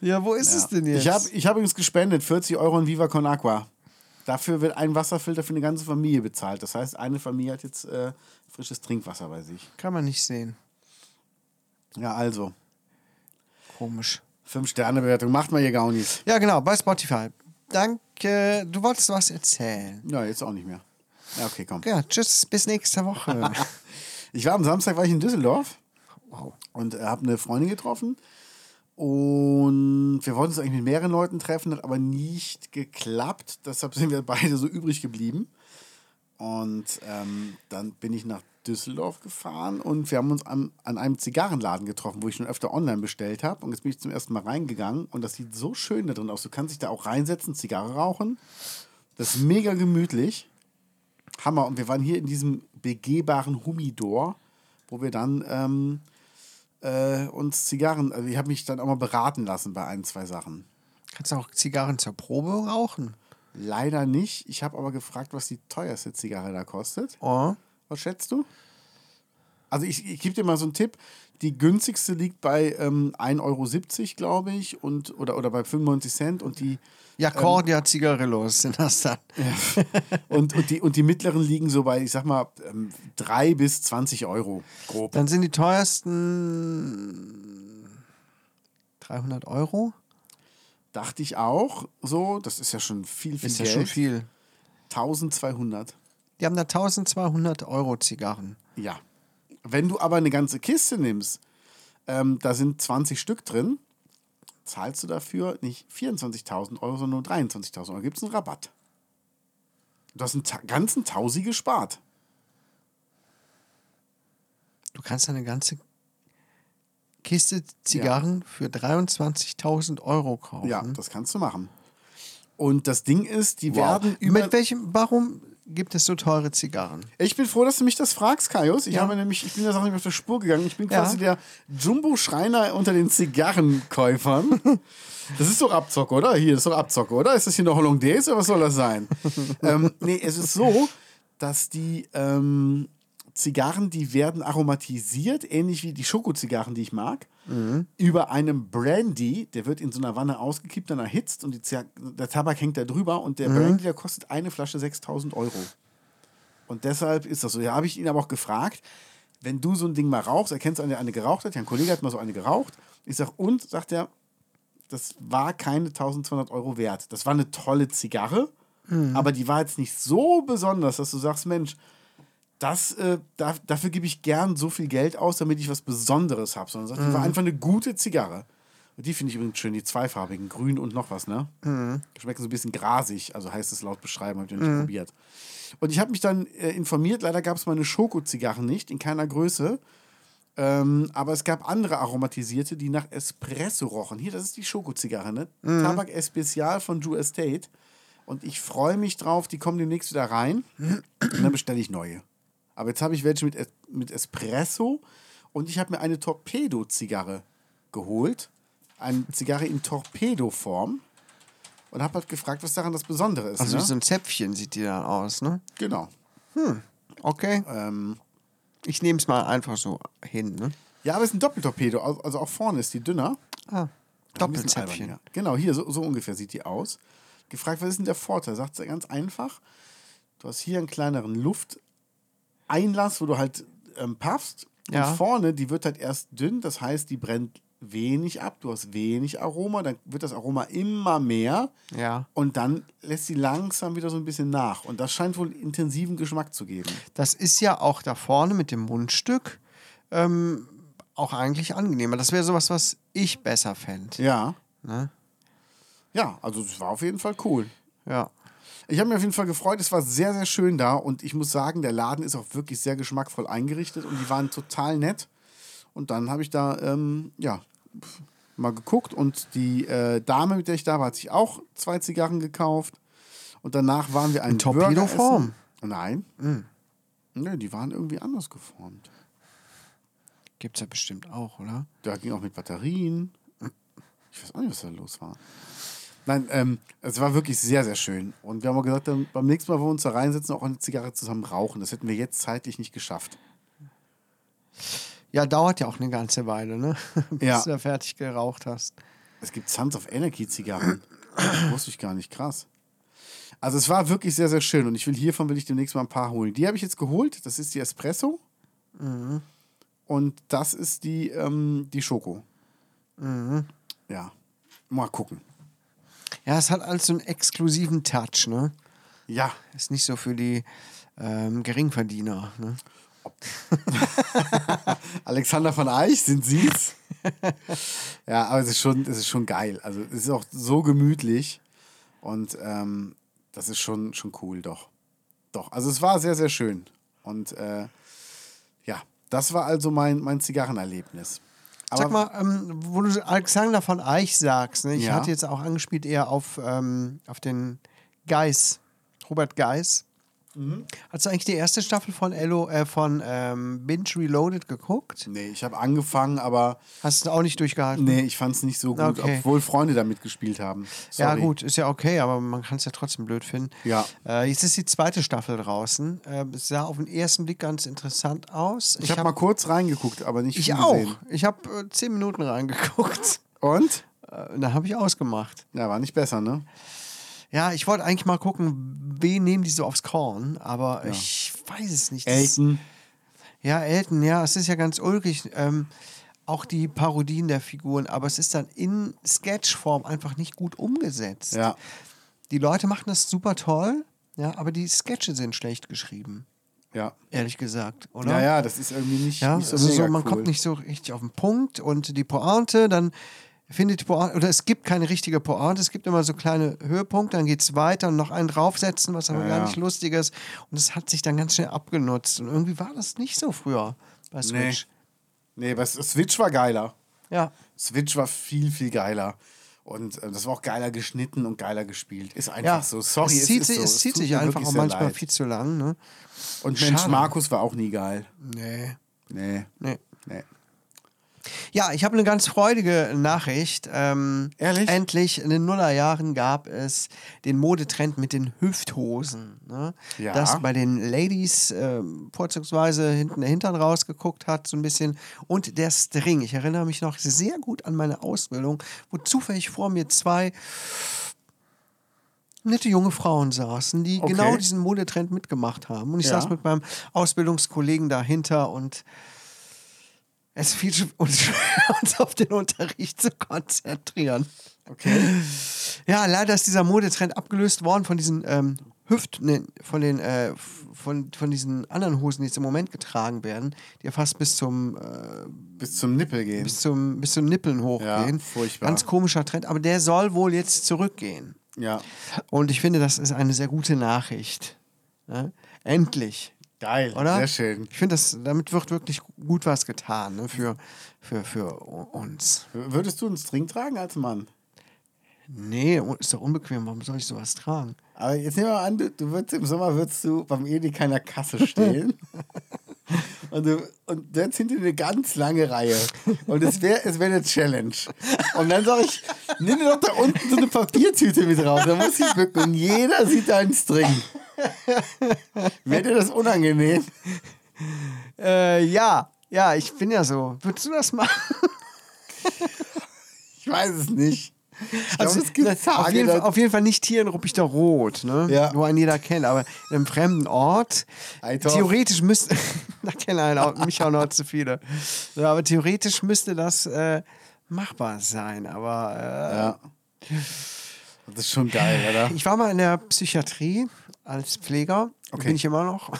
[SPEAKER 2] Ja, wo ist es denn jetzt?
[SPEAKER 1] Ich habe ich hab übrigens gespendet, 40 Euro in Viva Con Aqua. Dafür wird ein Wasserfilter für eine ganze Familie bezahlt. Das heißt, eine Familie hat jetzt äh, frisches Trinkwasser bei sich.
[SPEAKER 2] Kann man nicht sehen.
[SPEAKER 1] Ja, also.
[SPEAKER 2] Komisch.
[SPEAKER 1] Fünf-Sterne-Bewertung. Macht mal ihr Gaunis.
[SPEAKER 2] Ja, genau, bei Spotify. Danke. Du wolltest was erzählen.
[SPEAKER 1] Ja, jetzt auch nicht mehr. Ja, okay, komm.
[SPEAKER 2] Ja, tschüss, bis nächste Woche.
[SPEAKER 1] Ich war am Samstag war ich in Düsseldorf
[SPEAKER 2] wow.
[SPEAKER 1] und äh, habe eine Freundin getroffen. Und wir wollten uns eigentlich mit mehreren Leuten treffen, hat aber nicht geklappt. Deshalb sind wir beide so übrig geblieben. Und ähm, dann bin ich nach Düsseldorf gefahren und wir haben uns an, an einem Zigarrenladen getroffen, wo ich schon öfter online bestellt habe. Und jetzt bin ich zum ersten Mal reingegangen und das sieht so schön da drin aus. Du kannst dich da auch reinsetzen, Zigarre rauchen. Das ist mega gemütlich. Hammer. Und wir waren hier in diesem begehbaren Humidor, wo wir dann ähm, äh, uns Zigarren, also ich habe mich dann auch mal beraten lassen bei ein, zwei Sachen.
[SPEAKER 2] Kannst du auch Zigarren zur Probe rauchen?
[SPEAKER 1] Leider nicht. Ich habe aber gefragt, was die teuerste Zigarre da kostet.
[SPEAKER 2] Oh.
[SPEAKER 1] Was schätzt du? Also ich, ich gebe dir mal so einen Tipp. Die günstigste liegt bei ähm, 1,70 Euro, glaube ich, und, oder, oder bei 95 Cent und die,
[SPEAKER 2] Ja, Cordia Zigarillos sind das dann.
[SPEAKER 1] und, und, die, und die mittleren liegen so bei, ich sag mal, ähm, 3 bis 20 Euro grob.
[SPEAKER 2] Dann sind die teuersten 300 Euro.
[SPEAKER 1] Dachte ich auch so, das ist ja schon viel, viel
[SPEAKER 2] Ist ja
[SPEAKER 1] Geld.
[SPEAKER 2] schon viel.
[SPEAKER 1] 1200.
[SPEAKER 2] Die haben da 1200 Euro Zigarren.
[SPEAKER 1] Ja. Wenn du aber eine ganze Kiste nimmst, ähm, da sind 20 Stück drin, zahlst du dafür nicht 24.000 Euro, sondern nur 23.000 Euro. Gibt es einen Rabatt. Du hast einen ta ganzen Tausi gespart.
[SPEAKER 2] Du kannst eine ganze Kiste Zigarren für 23.000 Euro kaufen.
[SPEAKER 1] Ja, das kannst du machen. Und das Ding ist, die
[SPEAKER 2] Mhm. Wow.
[SPEAKER 1] werden über.
[SPEAKER 2] Mit welchem, warum gibt es so teure Zigarren?
[SPEAKER 1] Ich bin froh, dass du mich das fragst, Kaius. Ich
[SPEAKER 2] Ja.
[SPEAKER 1] habe nämlich, ich bin der Sache nicht auf der Spur gegangen. Ich bin
[SPEAKER 2] Ja.
[SPEAKER 1] quasi der Jumbo-Schreiner unter den Zigarrenkäufern. Das ist doch Abzocke, oder? Hier ist doch Abzocke, oder? Ist das hier eine Hollandaise oder was soll das sein? ähm, nee, es ist so, dass die, ähm, Zigarren, die werden aromatisiert, ähnlich wie die Schokozigarren, die ich mag,
[SPEAKER 2] Mhm.
[SPEAKER 1] über einem Brandy, der wird in so einer Wanne ausgekippt, dann erhitzt und die Zia- der Tabak hängt da drüber und
[SPEAKER 2] Mhm.
[SPEAKER 1] der Brandy, der kostet eine Flasche 6000 Euro. Und deshalb ist das so. Ja, habe ich ihn aber auch gefragt, wenn du so ein Ding mal rauchst, erkennst du, eine, eine geraucht hat. Ja, ein Kollege hat mal so eine geraucht. Ich sage, und? Sagt er, das war keine 1200 Euro wert. Das war eine tolle Zigarre, aber die war jetzt nicht so besonders, dass du sagst, Mensch, das, äh, da, dafür gebe ich gern so viel Geld aus, damit ich was Besonderes habe. Sondern sagt, die war einfach eine gute Zigarre. Und die finde ich übrigens schön, die zweifarbigen, grün und noch was, ne? Schmecken so ein bisschen grasig, also heißt es laut beschreiben, habe ich noch nicht probiert. Und ich habe mich dann äh, informiert, leider gab es meine Schokozigarren nicht, in keiner Größe. Ähm, aber es gab andere aromatisierte, die nach Espresso rochen. Hier, das ist die Schokozigarre, ne? Tabak Especial von Drew Estate. Und ich freue mich drauf, die kommen demnächst wieder rein. Und dann bestelle ich neue. Aber jetzt habe ich welche mit, Es- mit Espresso und ich habe mir eine Torpedo-Zigarre geholt. Eine Zigarre in Torpedo-Form. Und habe halt gefragt, was daran das Besondere ist.
[SPEAKER 2] Also
[SPEAKER 1] ne?
[SPEAKER 2] wie so ein Zäpfchen sieht die dann aus, ne?
[SPEAKER 1] genau.
[SPEAKER 2] Okay. Ähm, ich nehme es mal einfach so hin, ne?
[SPEAKER 1] Ja, aber es ist ein Doppeltorpedo. au- Also auch vorne ist die dünner.
[SPEAKER 2] Ah,
[SPEAKER 1] Ein bisschen
[SPEAKER 2] Doppelzäpfchen.
[SPEAKER 1] albern, ja. Genau, hier, so, so ungefähr sieht die aus. Gefragt, was ist denn der Vorteil? Sagt sie ganz einfach. Du hast hier einen kleineren Lufteinlass, wo du halt ähm, puffst.
[SPEAKER 2] Ja.
[SPEAKER 1] Und vorne, die wird halt erst dünn, das heißt, die brennt wenig ab. Du hast wenig Aroma, dann wird das Aroma immer mehr.
[SPEAKER 2] Ja.
[SPEAKER 1] Und dann lässt sie langsam wieder so ein bisschen nach. Und das scheint wohl intensiven Geschmack zu geben.
[SPEAKER 2] Das ist ja auch da vorne mit dem Mundstück ähm, auch eigentlich angenehmer. Das wäre sowas, was ich besser fände.
[SPEAKER 1] Ja. Ja, also es war auf jeden Fall cool.
[SPEAKER 2] Ja.
[SPEAKER 1] Ich habe mich auf jeden Fall gefreut. Es war sehr, sehr schön da. Und ich muss sagen, der Laden ist auch wirklich sehr geschmackvoll eingerichtet. Und die waren total nett. Und dann habe ich da, ähm, ja, pf, mal geguckt. Und die äh, Dame, mit der ich da war, hat sich auch zwei Zigarren gekauft. Und danach waren wir einen Burger
[SPEAKER 2] Torpedoform?
[SPEAKER 1] essen. Nein. Nö, die waren irgendwie anders geformt.
[SPEAKER 2] Gibt es ja bestimmt auch, oder?
[SPEAKER 1] Da ging auch mit Batterien. Ich weiß auch nicht, was da los war. Nein, ähm, es war wirklich sehr, sehr schön. Und wir haben auch gesagt, dann beim nächsten Mal, wo wir uns da reinsetzen, auch eine Zigarre zusammen rauchen. Das hätten wir jetzt zeitlich nicht geschafft.
[SPEAKER 2] Ja, dauert ja auch eine ganze Weile, ne? Bis
[SPEAKER 1] Ja.
[SPEAKER 2] du da fertig geraucht hast.
[SPEAKER 1] Es gibt Sons of Anarchy-Zigarren. Wusste ich gar nicht, krass. Also es war wirklich sehr, sehr schön. Und ich will hiervon will ich demnächst mal ein paar holen. Die habe ich jetzt geholt. Das ist die Espresso. Und das ist die, ähm, die Schoko. Ja. Mal gucken.
[SPEAKER 2] Ja, es hat alles so einen exklusiven Touch, ne?
[SPEAKER 1] Ja.
[SPEAKER 2] Ist nicht so für die ähm, Geringverdiener, ne?
[SPEAKER 1] Alexander von Eich, sind Sie's? ja, aber es ist, schon, es ist schon geil. Also es ist auch so gemütlich und ähm, das ist schon, schon cool, doch. Doch, also es war sehr, sehr schön. Und äh, ja, das war also mein, mein Zigarrenerlebnis. Aber
[SPEAKER 2] Sag mal, ähm, wo du Alexander von Eich sagst, ne? ich
[SPEAKER 1] Ja.
[SPEAKER 2] hatte jetzt auch angespielt eher auf, ähm, auf den Geis, Robert Geis. Hast du eigentlich die erste Staffel von, Elo, äh, von ähm, Binge Reloaded geguckt?
[SPEAKER 1] nee, ich habe angefangen, aber
[SPEAKER 2] Hast du auch nicht durchgehalten?
[SPEAKER 1] nee, ich fand es nicht so gut,
[SPEAKER 2] Okay.
[SPEAKER 1] obwohl Freunde da mitgespielt haben.
[SPEAKER 2] Ja,
[SPEAKER 1] Sorry.
[SPEAKER 2] gut, ist ja okay, aber man kann es ja trotzdem blöd finden.
[SPEAKER 1] Ja.
[SPEAKER 2] Äh, jetzt ist die zweite Staffel draußen. Äh, es sah auf den ersten Blick ganz interessant aus.
[SPEAKER 1] Ich habe mal kurz reingeguckt, aber nicht
[SPEAKER 2] ich
[SPEAKER 1] viel
[SPEAKER 2] auch.
[SPEAKER 1] gesehen.
[SPEAKER 2] Ich habe äh, zehn Minuten reingeguckt.
[SPEAKER 1] Und?
[SPEAKER 2] Äh, dann habe ich ausgemacht.
[SPEAKER 1] Ja, war nicht besser, ne?
[SPEAKER 2] Ja, ich wollte eigentlich mal gucken, wen nehmen die so aufs Korn, aber ich weiß es nicht. Das-
[SPEAKER 1] Elton.
[SPEAKER 2] Ja, Elton, ja, es ist ja ganz ulkig. Ähm, auch die Parodien der Figuren, aber es ist dann in Sketchform einfach nicht gut umgesetzt.
[SPEAKER 1] Ja.
[SPEAKER 2] Die Leute machen das super toll, ja, aber die Sketche sind schlecht geschrieben,
[SPEAKER 1] Ja.
[SPEAKER 2] ehrlich gesagt, oder?
[SPEAKER 1] Ja, ja, das ist irgendwie nicht,
[SPEAKER 2] Ne? Ja,
[SPEAKER 1] nicht so
[SPEAKER 2] also so,
[SPEAKER 1] mega
[SPEAKER 2] man
[SPEAKER 1] cool.
[SPEAKER 2] kommt nicht so richtig auf den Punkt und die Pointe, dann findet die Pointe, oder es gibt keine richtige Pointe, es gibt immer so kleine Höhepunkte, dann geht es weiter und noch einen draufsetzen, was aber gar
[SPEAKER 1] ja.
[SPEAKER 2] nicht lustig ist. Und es hat sich dann ganz schnell abgenutzt. Und irgendwie war das nicht so früher bei Switch.
[SPEAKER 1] Nee, aber Switch war geiler.
[SPEAKER 2] Ja.
[SPEAKER 1] Switch war viel, viel geiler. Und äh, das war auch geiler geschnitten und geiler gespielt. Ist einfach
[SPEAKER 2] Ja,
[SPEAKER 1] so. Sorry,
[SPEAKER 2] es zieht,
[SPEAKER 1] ist
[SPEAKER 2] sich,
[SPEAKER 1] so.
[SPEAKER 2] es zieht
[SPEAKER 1] tut
[SPEAKER 2] sich
[SPEAKER 1] mir
[SPEAKER 2] einfach
[SPEAKER 1] wirklich
[SPEAKER 2] auch
[SPEAKER 1] sehr
[SPEAKER 2] manchmal
[SPEAKER 1] leid.
[SPEAKER 2] viel zu lang. Ne?
[SPEAKER 1] Und Mensch,
[SPEAKER 2] Schade.
[SPEAKER 1] Markus war auch nie geil.
[SPEAKER 2] Nee.
[SPEAKER 1] Nee.
[SPEAKER 2] nee.
[SPEAKER 1] Nee.
[SPEAKER 2] Ja, ich habe eine ganz freudige Nachricht. Ähm,
[SPEAKER 1] Ehrlich?
[SPEAKER 2] Endlich, in den Nullerjahren gab es den Modetrend mit den Hüfthosen. Ne?
[SPEAKER 1] Ja.
[SPEAKER 2] Das bei den Ladies ähm, vorzugsweise hinten der Hintern rausgeguckt hat, so ein bisschen. Und der String. Ich erinnere mich noch sehr gut an meine Ausbildung, wo zufällig vor mir zwei nette junge Frauen saßen, die
[SPEAKER 1] Okay.
[SPEAKER 2] genau diesen Modetrend mitgemacht haben. Und ich
[SPEAKER 1] Ja.
[SPEAKER 2] saß mit meinem Ausbildungskollegen dahinter und es fiel sch- uns schwer, uns auf den Unterricht zu konzentrieren.
[SPEAKER 1] Okay.
[SPEAKER 2] Ja, leider ist dieser Modetrend abgelöst worden von diesen ähm, Hüft, nee, von den äh, f- von, von diesen anderen Hosen, die jetzt im Moment getragen werden, die ja fast bis zum äh,
[SPEAKER 1] Bis zum Nippel gehen.
[SPEAKER 2] bis zum bis zum Nippeln hochgehen.
[SPEAKER 1] furchtbar.
[SPEAKER 2] Ganz komischer Trend, aber der soll wohl jetzt zurückgehen.
[SPEAKER 1] Ja.
[SPEAKER 2] Und ich finde, das ist eine sehr gute Nachricht. Ne? Endlich.
[SPEAKER 1] Geil.
[SPEAKER 2] Oder?
[SPEAKER 1] Sehr schön.
[SPEAKER 2] Ich finde, das- damit wird wirklich gut was getan ne? für, für, für uns.
[SPEAKER 1] Würdest du einen String tragen als Mann?
[SPEAKER 2] Nee, ist doch unbequem. Warum soll ich sowas tragen?
[SPEAKER 1] Aber jetzt nehmen wir mal an, du, du würdest, im Sommer würdest du beim Edeka in der Kasse stehen. und du und setzt hinter dir eine ganz lange Reihe. Und es wäre es wär eine Challenge. Und dann sage ich, nimm dir doch da unten so eine Papiertüte mit raus. Da muss ich bücken. Und jeder sieht deinen String. Wäre dir das unangenehm?
[SPEAKER 2] Äh, ja, ja, ich bin ja so. Würdest du das machen?
[SPEAKER 1] Ich weiß es nicht. Ich glaube, es gibt
[SPEAKER 2] Also, ne, auf,
[SPEAKER 1] Tage,
[SPEAKER 2] jeden Fall,
[SPEAKER 1] da-
[SPEAKER 2] auf jeden Fall nicht hier in Ruppichter Rot, ne?
[SPEAKER 1] Ja.
[SPEAKER 2] wo einen jeder kennt, aber in einem fremden Ort.
[SPEAKER 1] Eitorf.
[SPEAKER 2] Theoretisch müsste. da kennen einen auch, mich auch noch zu viele. Ja, aber theoretisch müsste das äh, machbar sein, aber. Äh,
[SPEAKER 1] Ja. Das ist schon geil, oder?
[SPEAKER 2] Ich war mal in der Psychiatrie als Pfleger,
[SPEAKER 1] Okay.
[SPEAKER 2] bin ich immer noch,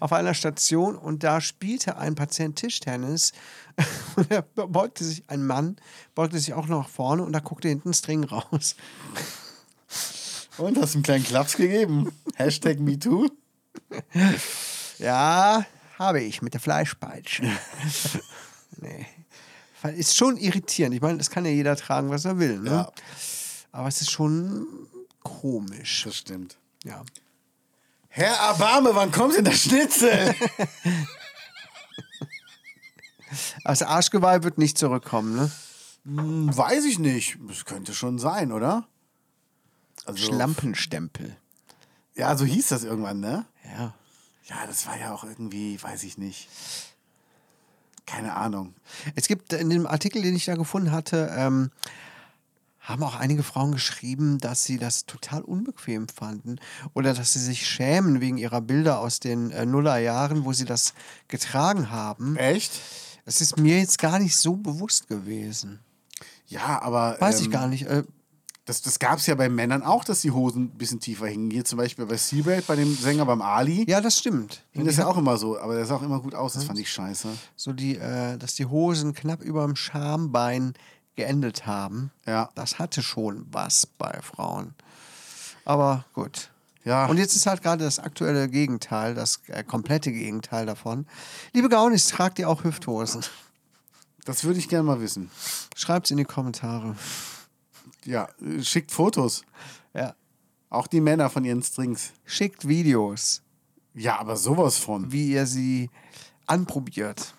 [SPEAKER 2] auf einer Station und da spielte ein Patient Tischtennis und er beugte sich, ein Mann beugte sich auch nach vorne und da guckte hinten ein String raus.
[SPEAKER 1] Und hast einen kleinen Klaps gegeben. Hashtag MeToo.
[SPEAKER 2] Ja, habe ich mit der Fleischpeitsche. nee. Ist schon irritierend. Ich meine, das kann ja jeder tragen, was er will. Ne?
[SPEAKER 1] Ja.
[SPEAKER 2] Aber es ist schon komisch.
[SPEAKER 1] Das stimmt.
[SPEAKER 2] Ja.
[SPEAKER 1] Herr Abame, wann kommt denn der Schnitzel?
[SPEAKER 2] Also Arschgeweih wird nicht zurückkommen, ne?
[SPEAKER 1] Hm, Weiß ich nicht. Das könnte schon sein, oder? Also,
[SPEAKER 2] Schlampenstempel.
[SPEAKER 1] Ja, so hieß das irgendwann, ne?
[SPEAKER 2] Ja.
[SPEAKER 1] Ja, das war ja auch irgendwie, weiß ich nicht. Keine Ahnung.
[SPEAKER 2] Es gibt in dem Artikel, den ich da gefunden hatte, ähm, haben auch einige Frauen geschrieben, dass sie das total unbequem fanden oder dass sie sich schämen wegen ihrer Bilder aus den äh, Nullerjahren, wo sie das getragen haben.
[SPEAKER 1] Echt?
[SPEAKER 2] Es ist mir jetzt gar nicht so bewusst gewesen.
[SPEAKER 1] Ja, aber.
[SPEAKER 2] Weiß
[SPEAKER 1] ähm,
[SPEAKER 2] ich gar nicht. Äh,
[SPEAKER 1] Das, das gab es ja bei Männern auch, dass die Hosen ein bisschen tiefer hingen. Hier zum Beispiel bei Seabed, bei dem Sänger beim Ali,
[SPEAKER 2] ja, das stimmt.
[SPEAKER 1] hing das ja auch immer so. Aber der sah auch immer gut aus. Das fand ich scheiße.
[SPEAKER 2] So die, äh, dass die Hosen knapp über dem Schambein geendet haben.
[SPEAKER 1] Ja.
[SPEAKER 2] Das hatte schon was bei Frauen. Aber gut.
[SPEAKER 1] Ja.
[SPEAKER 2] Und jetzt ist halt gerade das aktuelle Gegenteil, das äh, komplette Gegenteil davon. Liebe Gaunis, tragt ihr auch Hüfthosen?
[SPEAKER 1] Das würde ich gerne mal wissen.
[SPEAKER 2] Schreibt's in die Kommentare.
[SPEAKER 1] Ja, äh, schickt Fotos.
[SPEAKER 2] Ja.
[SPEAKER 1] Auch die Männer von ihren Strings.
[SPEAKER 2] Schickt Videos,
[SPEAKER 1] Ja, aber sowas von.
[SPEAKER 2] wie ihr sie anprobiert.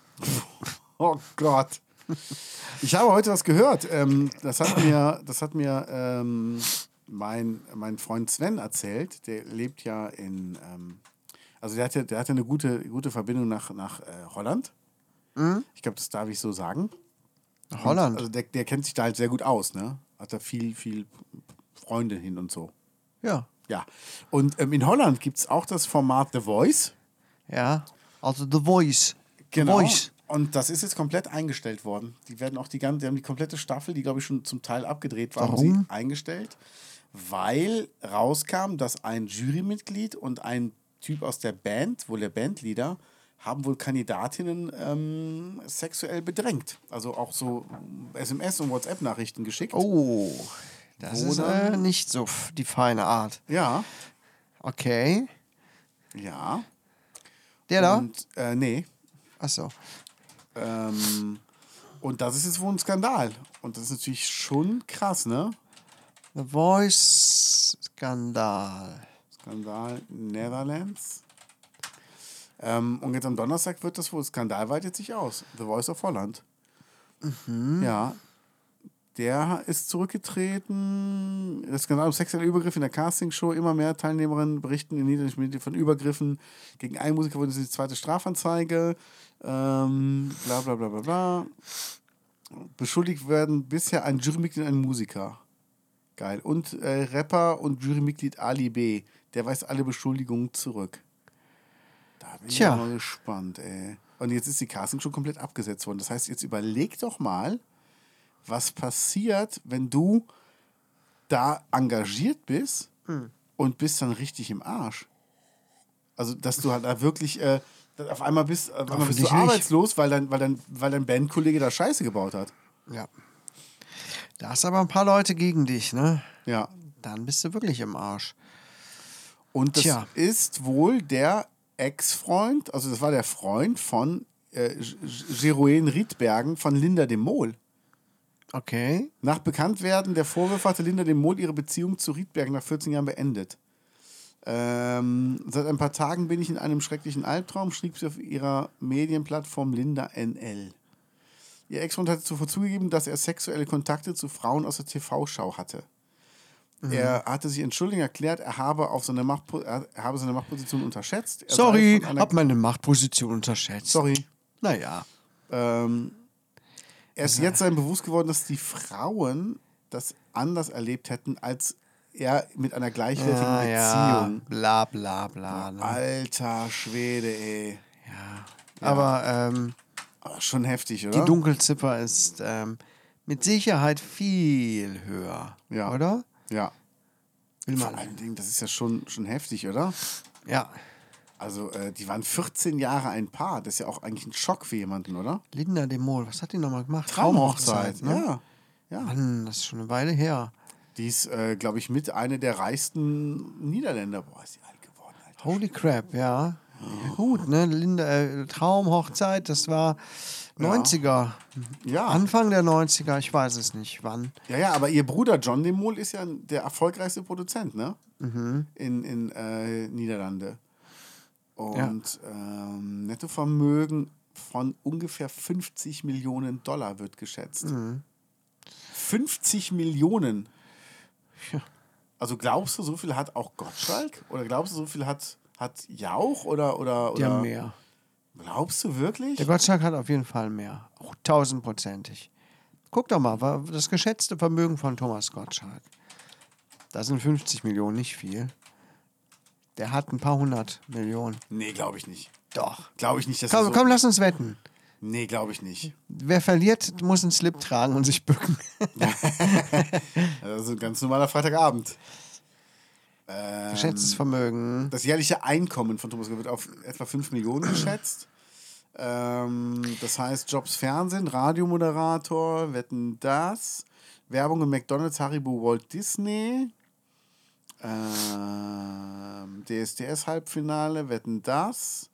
[SPEAKER 1] Oh Gott. Ich habe heute was gehört. Ähm, das hat mir, das hat mir ähm, mein, mein Freund Sven erzählt. Der lebt ja in. Ähm, also, der hatte, der hatte eine gute, gute Verbindung nach, nach äh, Holland. Ich glaube, das darf ich so sagen.
[SPEAKER 2] Holland.
[SPEAKER 1] Also, der, der kennt sich da halt sehr gut aus, ne? Hat da viel, viel Freunde hin und so.
[SPEAKER 2] ja.
[SPEAKER 1] Ja. Und ähm, in Holland gibt es auch das Format The Voice.
[SPEAKER 2] Ja. Also The Voice.
[SPEAKER 1] Genau.
[SPEAKER 2] The Voice.
[SPEAKER 1] Und das ist jetzt komplett eingestellt worden. Die werden auch die ganze, die haben die komplette Staffel, die glaube ich schon zum Teil abgedreht war, haben
[SPEAKER 2] Warum?
[SPEAKER 1] sie eingestellt, weil rauskam, dass ein Jurymitglied und ein Typ aus der Band, wohl der Bandleader, haben wohl Kandidatinnen ähm, sexuell bedrängt. Also auch so SMS und WhatsApp-Nachrichten geschickt.
[SPEAKER 2] Oh. Das ist
[SPEAKER 1] Oder-
[SPEAKER 2] äh, nicht so f- die feine Art.
[SPEAKER 1] Ja,
[SPEAKER 2] Okay.
[SPEAKER 1] ja.
[SPEAKER 2] Der da?
[SPEAKER 1] Und äh, nee,
[SPEAKER 2] Achso.
[SPEAKER 1] Ähm, und das ist jetzt wohl ein Skandal. Und das ist natürlich schon krass, ne?
[SPEAKER 2] The Voice-Skandal.
[SPEAKER 1] Skandal Netherlands. Ähm, und jetzt am Donnerstag wird das wohl skandalweit jetzt sich aus. The Voice of Holland. Ja. Der ist zurückgetreten. Das Skandal um sexuelle Übergriffe in der Castingshow. Immer mehr Teilnehmerinnen berichten in niederländischen Medien von Übergriffen. Gegen einen Musiker wurde die zweite Strafanzeige. Ähm, bla bla bla bla bla. Beschuldigt werden bisher ein Jurymitglied und ein Musiker. Geil. Und äh, Rapper und Jurymitglied Ali B. Der weist alle Beschuldigungen zurück. Da bin ich
[SPEAKER 2] Tja.
[SPEAKER 1] ja mal gespannt, ey. Und jetzt ist die Casting schon komplett abgesetzt worden. Das heißt, jetzt überleg doch mal, was passiert, wenn du da engagiert bist
[SPEAKER 2] Hm.
[SPEAKER 1] und bist dann richtig im Arsch. Also, dass du halt da wirklich äh, dann auf einmal bist, auf einmal bist du
[SPEAKER 2] Hoffentlich nicht.
[SPEAKER 1] arbeitslos, weil dein, weil, dein, weil dein Bandkollege da Scheiße gebaut hat.
[SPEAKER 2] Ja. Da hast aber ein paar Leute gegen dich, ne?
[SPEAKER 1] Ja.
[SPEAKER 2] Dann bist du wirklich im Arsch.
[SPEAKER 1] Und das
[SPEAKER 2] Tja.
[SPEAKER 1] ist wohl der Ex-Freund, also das war der Freund von äh, J- J- Jeroen Riedbergen von Linda de Mol.
[SPEAKER 2] Okay.
[SPEAKER 1] Nach Bekanntwerden der Vorwürfe hatte Linda de Mol ihre Beziehung zu Riedbergen nach 14 Jahren beendet. Ähm, seit ein paar Tagen bin ich in einem schrecklichen Albtraum, schrieb sie auf ihrer Medienplattform Linda NL. Ihr Ex-Freund hatte zuvor zugegeben, dass er sexuelle Kontakte zu Frauen aus der TV-Schau hatte.
[SPEAKER 2] Mhm.
[SPEAKER 1] Er hatte sich entschuldigt, erklärt, er habe, auf seine, Machtpo er habe seine Machtposition unterschätzt. Er sei
[SPEAKER 2] Sorry,
[SPEAKER 1] Also von einer-
[SPEAKER 2] hab meine Machtposition unterschätzt.
[SPEAKER 1] Sorry.
[SPEAKER 2] Naja.
[SPEAKER 1] Ähm, erst jetzt sei ihm bewusst geworden, dass die Frauen das anders erlebt hätten, als er mit einer gleichwertigen
[SPEAKER 2] Ah, ja.
[SPEAKER 1] Beziehung.
[SPEAKER 2] Bla bla bla. Ne?
[SPEAKER 1] Alter Schwede, ey.
[SPEAKER 2] Aber ähm,
[SPEAKER 1] Aber schon heftig,
[SPEAKER 2] die
[SPEAKER 1] oder?
[SPEAKER 2] Dunkelziffer ist ähm, mit Sicherheit viel höher.
[SPEAKER 1] Ja.
[SPEAKER 2] Oder?
[SPEAKER 1] ja.
[SPEAKER 2] Will
[SPEAKER 1] Vor
[SPEAKER 2] man.
[SPEAKER 1] allen Dingen, das ist ja schon, schon heftig, oder?
[SPEAKER 2] Ja.
[SPEAKER 1] Also, äh, die waren 14 Jahre ein Paar. Das ist ja auch eigentlich ein Schock für jemanden, oder?
[SPEAKER 2] Linda de Mol, was hat die nochmal gemacht? ne?
[SPEAKER 1] ja. Ja.
[SPEAKER 2] Mann, das ist schon eine Weile her.
[SPEAKER 1] Die ist, äh, glaube ich, mit eine der reichsten Niederländer. Boah, ist die alt geworden, Alter.
[SPEAKER 2] Holy crap, ja. ja gut, ne? Linda, äh, Traumhochzeit, das war 90er.
[SPEAKER 1] Ja.
[SPEAKER 2] Anfang der 90er, ich weiß es nicht, wann.
[SPEAKER 1] Ja, ja, aber ihr Bruder John de Mol ist ja der erfolgreichste Produzent, ne?
[SPEAKER 2] Mhm.
[SPEAKER 1] In, in äh, Niederlande. Und ähm, Nettovermögen von ungefähr 50 Millionen Dollar wird geschätzt.
[SPEAKER 2] Mhm.
[SPEAKER 1] 50 Millionen. Also glaubst du, so viel hat auch Gottschalk? Oder glaubst du, so viel hat, hat Jauch? Oder, oder,
[SPEAKER 2] Die
[SPEAKER 1] oder
[SPEAKER 2] haben mehr.
[SPEAKER 1] glaubst du wirklich?
[SPEAKER 2] Der Gottschalk hat auf jeden Fall mehr. Auch tausendprozentig. Guck doch mal, wa- das geschätzte Vermögen von Thomas Gottschalk. Da sind 50 Millionen nicht viel. Der hat ein paar hundert Millionen.
[SPEAKER 1] Nee, glaube ich nicht.
[SPEAKER 2] Doch.
[SPEAKER 1] Glaube ich nicht, dass er
[SPEAKER 2] Komm,
[SPEAKER 1] so
[SPEAKER 2] komm, lass uns wetten.
[SPEAKER 1] Nee, glaube ich nicht.
[SPEAKER 2] Wer verliert, muss einen Slip tragen und sich bücken.
[SPEAKER 1] Also ein ganz normaler Freitagabend. Ähm,
[SPEAKER 2] Geschätztes Vermögen.
[SPEAKER 1] das jährliche Einkommen von Thomas Gottschalk wird auf etwa 5 Millionen geschätzt. Ähm, das heißt Jobs Fernsehen, Radiomoderator, Wetten das, Werbung in McDonalds, Haribo, Walt Disney, ähm, DSDS-Halbfinale, Wetten das.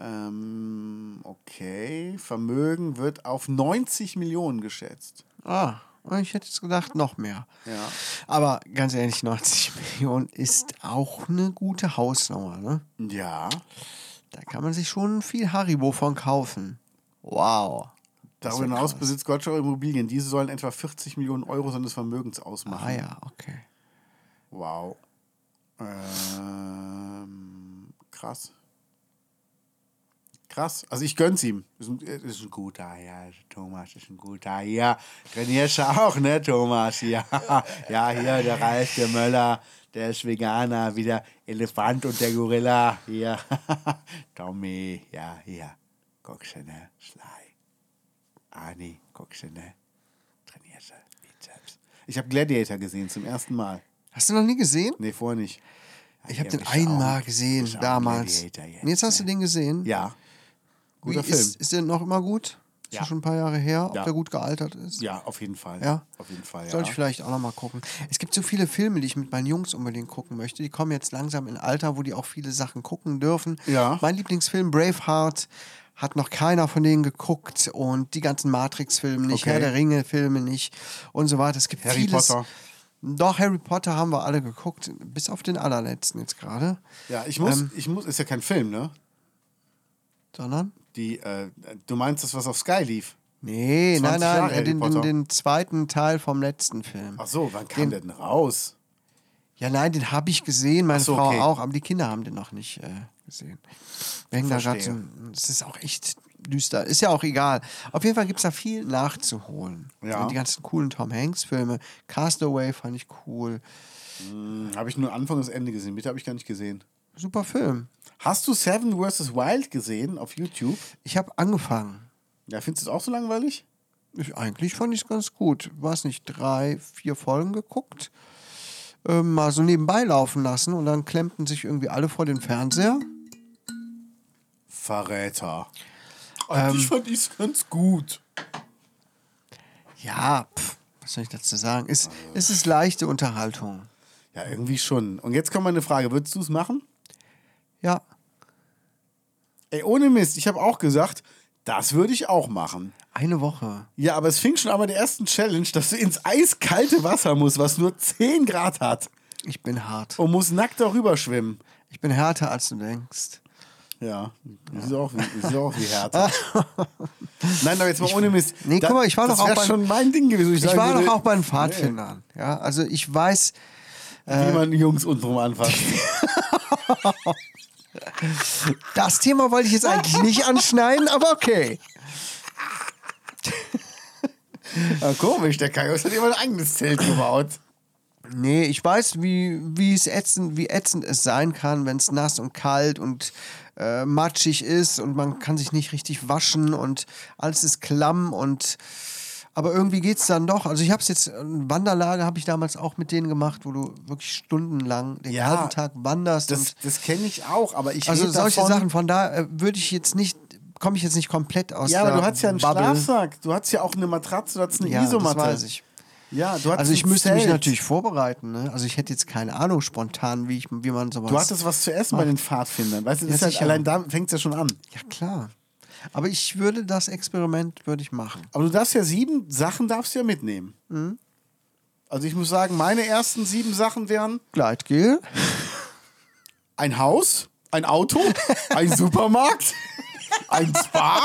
[SPEAKER 1] Ähm, okay, Vermögen wird auf 90 Millionen geschätzt.
[SPEAKER 2] Ah, ich hätte jetzt gedacht, noch mehr.
[SPEAKER 1] Ja.
[SPEAKER 2] Aber ganz ehrlich, 90 Millionen ist auch eine gute Hausnummer. Ne?
[SPEAKER 1] Ja.
[SPEAKER 2] Da kann man sich schon viel Haribo von kaufen. Wow.
[SPEAKER 1] Darüber hinaus besitzt Gottschalk Immobilien. Diese sollen etwa 40 Millionen Euro seines Vermögens ausmachen.
[SPEAKER 2] Ah ja, okay.
[SPEAKER 1] Wow. Ähm, krass. Krass. Also ich gönn's ihm. Ist ein, ist ein guter, ja. Thomas ist ein guter, ja. Trainierst du auch, ne, Thomas? Ja. Ja, hier, der Ralf, der Möller, der ist Veganer, wie der Elefant und der Gorilla. Hier. Tommy, ja, hier. Guckst du, ne? Schlei. Ani, guckst du, ne? Trainierst du Bizeps. Ich habe Gladiator gesehen zum ersten Mal.
[SPEAKER 2] Hast du noch nie gesehen?
[SPEAKER 1] Nee, vorher nicht.
[SPEAKER 2] Ich habe
[SPEAKER 1] Ah, Ja,
[SPEAKER 2] den
[SPEAKER 1] bist du auch-
[SPEAKER 2] einmal
[SPEAKER 1] bist
[SPEAKER 2] gesehen
[SPEAKER 1] du auch
[SPEAKER 2] damals.
[SPEAKER 1] Gladiator jetzt, ne?
[SPEAKER 2] Und jetzt hast du den gesehen.
[SPEAKER 1] Ja. Guter
[SPEAKER 2] Wie,
[SPEAKER 1] Film.
[SPEAKER 2] Ist, ist der noch immer gut? Ist
[SPEAKER 1] Ja.
[SPEAKER 2] ja. schon ein paar Jahre her, ob
[SPEAKER 1] Ja.
[SPEAKER 2] der gut gealtert ist.
[SPEAKER 1] ja, auf jeden Fall.
[SPEAKER 2] Ja.
[SPEAKER 1] Auf jeden Fall,
[SPEAKER 2] Sollte
[SPEAKER 1] ja.
[SPEAKER 2] ich vielleicht auch nochmal gucken. Es gibt so viele Filme, die ich mit meinen Jungs unbedingt gucken möchte. Die kommen jetzt langsam in ein Alter, wo die auch viele Sachen gucken dürfen.
[SPEAKER 1] Ja.
[SPEAKER 2] Mein Lieblingsfilm Braveheart hat noch keiner von denen geguckt und die ganzen Matrix-Filme nicht,
[SPEAKER 1] Okay.
[SPEAKER 2] Herr der Ringe-Filme nicht und so weiter. Es gibt
[SPEAKER 1] Harry
[SPEAKER 2] vieles.
[SPEAKER 1] Potter.
[SPEAKER 2] Doch, Harry Potter haben wir alle geguckt, bis auf den allerletzten jetzt gerade.
[SPEAKER 1] Ja, ich muss, ich muss, ist ja kein Film, ne?
[SPEAKER 2] Sondern?
[SPEAKER 1] Die, äh, du meinst das, was auf Sky lief?
[SPEAKER 2] Nee, nein,
[SPEAKER 1] 20 Jahre
[SPEAKER 2] nein, den,
[SPEAKER 1] Harry
[SPEAKER 2] den,
[SPEAKER 1] Potter.
[SPEAKER 2] den zweiten Teil vom letzten Film.
[SPEAKER 1] Ach so, wann kam der denn raus?
[SPEAKER 2] Ja, nein, den habe ich gesehen, meine
[SPEAKER 1] Ach so,
[SPEAKER 2] Frau
[SPEAKER 1] okay.
[SPEAKER 2] auch, aber die Kinder haben den noch nicht äh, gesehen. Wir hängen da gerade so,
[SPEAKER 1] Verstehe.
[SPEAKER 2] es ist auch echt düster, ist ja auch egal. Auf jeden Fall gibt es da viel nachzuholen.
[SPEAKER 1] Ja.
[SPEAKER 2] Die ganzen coolen Tom Hanks-Filme. Castaway fand ich cool.
[SPEAKER 1] Habe Hm, ich nur Anfang und Ende gesehen, Mitte habe ich gar nicht gesehen.
[SPEAKER 2] Super Film.
[SPEAKER 1] Hast du Seven vs. Wild gesehen auf YouTube?
[SPEAKER 2] Ich habe angefangen.
[SPEAKER 1] Ja, findest du es auch so langweilig?
[SPEAKER 2] Ich, eigentlich fand ich es ganz gut. Weiß nicht, drei, vier Folgen geguckt. ähm, mal so nebenbei laufen lassen und dann klemmten sich irgendwie alle vor den Fernseher.
[SPEAKER 1] Verräter. Ähm. Eigentlich fand ich es ganz gut.
[SPEAKER 2] Ja, pff, was soll ich dazu sagen? Es, es ist leichte Unterhaltung.
[SPEAKER 1] Ja, irgendwie schon. Und jetzt kommt meine Frage: Würdest du es machen?
[SPEAKER 2] Ja.
[SPEAKER 1] Ey, ohne Mist, ich habe auch gesagt, das würde ich auch machen.
[SPEAKER 2] Eine Woche.
[SPEAKER 1] Ja, aber es fing schon an bei der ersten Challenge, dass du ins eiskalte Wasser musst, was nur 10 Grad hat
[SPEAKER 2] Ich bin hart.
[SPEAKER 1] und musst nackt darüber schwimmen.
[SPEAKER 2] Ich bin härter, als du denkst.
[SPEAKER 1] Ja, das ist auch, wie- das ist auch wie Härte. Nein, aber jetzt mal ohne Mist.
[SPEAKER 2] Nee, guck mal, ich war
[SPEAKER 1] das
[SPEAKER 2] doch auch
[SPEAKER 1] wär
[SPEAKER 2] beim-
[SPEAKER 1] schon mein Ding gewesen. wo
[SPEAKER 2] Ich
[SPEAKER 1] sagen
[SPEAKER 2] war
[SPEAKER 1] würde,
[SPEAKER 2] doch auch bei den Pfadfindern. Ja, also ich weiß, äh,
[SPEAKER 1] Wie man Jungs untenrum anfasst.
[SPEAKER 2] das Thema wollte ich jetzt eigentlich nicht anschneiden, aber okay.
[SPEAKER 1] ja, komisch, der Kaios hat immer ein eigenes Zelt gebaut.
[SPEAKER 2] Nee, ich weiß, wie, wie, es ätzend, wie ätzend es sein kann, wenn es nass und kalt und äh, matschig ist und man kann sich nicht richtig waschen und alles ist klamm und aber irgendwie geht's dann doch. Also ich habe es jetzt, äh, Wanderlager habe ich damals auch mit denen gemacht, wo du wirklich stundenlang den
[SPEAKER 1] Ja,
[SPEAKER 2] halben Tag wanderst. und
[SPEAKER 1] Das, das kenne ich auch, aber ich
[SPEAKER 2] also
[SPEAKER 1] red
[SPEAKER 2] solche
[SPEAKER 1] davon,
[SPEAKER 2] Sachen, von da äh, würde ich jetzt nicht, komme ich jetzt nicht komplett aus
[SPEAKER 1] Ja,
[SPEAKER 2] der
[SPEAKER 1] aber du hattest ja einen
[SPEAKER 2] Bubble.
[SPEAKER 1] Schlafsack, du hattest ja auch eine Matratze, du hattest eine
[SPEAKER 2] Ja,
[SPEAKER 1] Isomatte.
[SPEAKER 2] das weiß ich.
[SPEAKER 1] Ja, du hattest
[SPEAKER 2] Also ich
[SPEAKER 1] ein
[SPEAKER 2] müsste mich
[SPEAKER 1] Zelt.
[SPEAKER 2] natürlich vorbereiten. Ne? Also ich hätte jetzt keine Ahnung spontan, wie, ich, wie man sowas...
[SPEAKER 1] Du hattest was zu essen bei den Pfadfindern. Weißt du, das
[SPEAKER 2] Ja,
[SPEAKER 1] ist halt,
[SPEAKER 2] sicher.
[SPEAKER 1] allein da fängt es ja schon an.
[SPEAKER 2] Ja, klar. Aber ich würde das Experiment würde ich machen.
[SPEAKER 1] Aber du darfst ja sieben Sachen darfst du ja mitnehmen. Also ich muss sagen, meine ersten sieben Sachen wären
[SPEAKER 2] Gleitgel?
[SPEAKER 1] ein Haus, ein Auto, ein Supermarkt, ein Spa.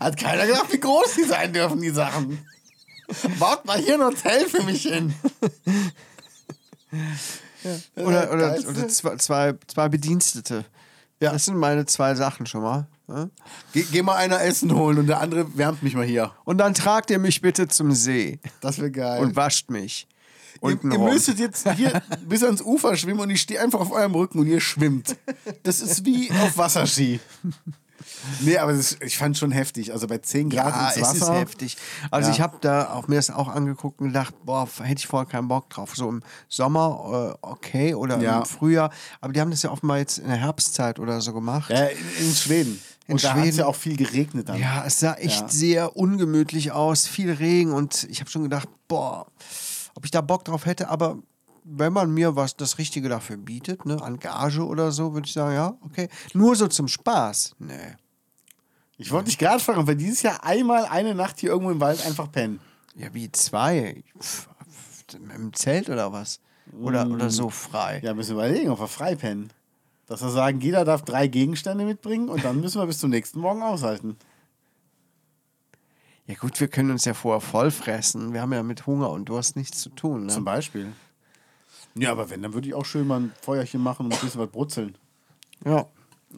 [SPEAKER 1] Hat keiner gedacht, wie groß die sein dürfen, die Sachen. Baut mal hier ein Hotel für mich hin.
[SPEAKER 2] Oder,
[SPEAKER 1] Äh,
[SPEAKER 2] oder,
[SPEAKER 1] geil.
[SPEAKER 2] oder zwei, zwei, zwei Bedienstete.
[SPEAKER 1] Ja.
[SPEAKER 2] Das sind meine zwei Sachen schon mal. ne?
[SPEAKER 1] Geh, geh mal einer Essen holen und der andere wärmt mich mal hier.
[SPEAKER 2] Und dann tragt ihr mich bitte zum See
[SPEAKER 1] Das wäre geil.
[SPEAKER 2] und wascht mich.
[SPEAKER 1] Ihr,
[SPEAKER 2] Unten
[SPEAKER 1] ihr
[SPEAKER 2] rum.
[SPEAKER 1] müsstet jetzt hier bis ans Ufer schwimmen und ich stehe einfach auf eurem Rücken und ihr schwimmt. Das ist wie auf Wasserski. Nee, aber das, ich fand schon heftig. Also bei 10 Grad
[SPEAKER 2] ja,
[SPEAKER 1] ins
[SPEAKER 2] es
[SPEAKER 1] Wasser.
[SPEAKER 2] ist heftig. Also
[SPEAKER 1] Ja.
[SPEAKER 2] ich habe da auch mir das auch angeguckt und gedacht, boah, hätte ich vorher keinen Bock drauf. So im Sommer, äh, okay, oder
[SPEAKER 1] Ja.
[SPEAKER 2] im Frühjahr. Aber die haben das ja offenbar jetzt in der Herbstzeit oder so gemacht.
[SPEAKER 1] Ja, äh, in, in Schweden.
[SPEAKER 2] In
[SPEAKER 1] und da hat es
[SPEAKER 2] Schweden.
[SPEAKER 1] ja auch viel geregnet dann.
[SPEAKER 2] Ja, es sah echt
[SPEAKER 1] Ja.
[SPEAKER 2] sehr ungemütlich aus, viel Regen und ich habe schon gedacht, boah, ob ich da Bock drauf hätte, aber wenn man mir was das Richtige dafür bietet, ne, an Gage oder so, würde ich sagen, ja, okay. Nur so zum Spaß. Nee.
[SPEAKER 1] Ich wollte dich gerade fragen, ob wir dieses Jahr einmal eine Nacht hier irgendwo im Wald einfach pennen.
[SPEAKER 2] Ja, wie zwei. Pff, Im Zelt oder was? Oder, oder so frei.
[SPEAKER 1] Mm. Ja, müssen wir überlegen, ob wir frei pennen. Dass wir sagen, jeder darf drei Gegenstände mitbringen und dann müssen wir bis zum nächsten Morgen aushalten.
[SPEAKER 2] Ja, gut, wir können uns ja vorher vollfressen. Wir haben ja mit Hunger und Durst nichts zu tun. Ne?
[SPEAKER 1] Zum Beispiel. Ja, aber wenn, dann würde ich auch schön mal ein Feuerchen machen und ein bisschen was brutzeln.
[SPEAKER 2] Ja.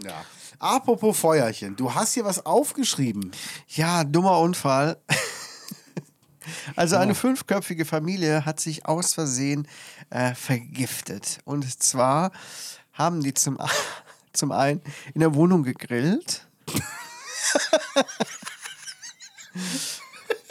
[SPEAKER 1] Ja. Apropos Feuerchen, du hast hier was aufgeschrieben.
[SPEAKER 2] Ja, dummer Unfall. Also eine fünfköpfige Familie hat sich aus Versehen äh, vergiftet. Und zwar haben die zum, zum einen in der Wohnung gegrillt.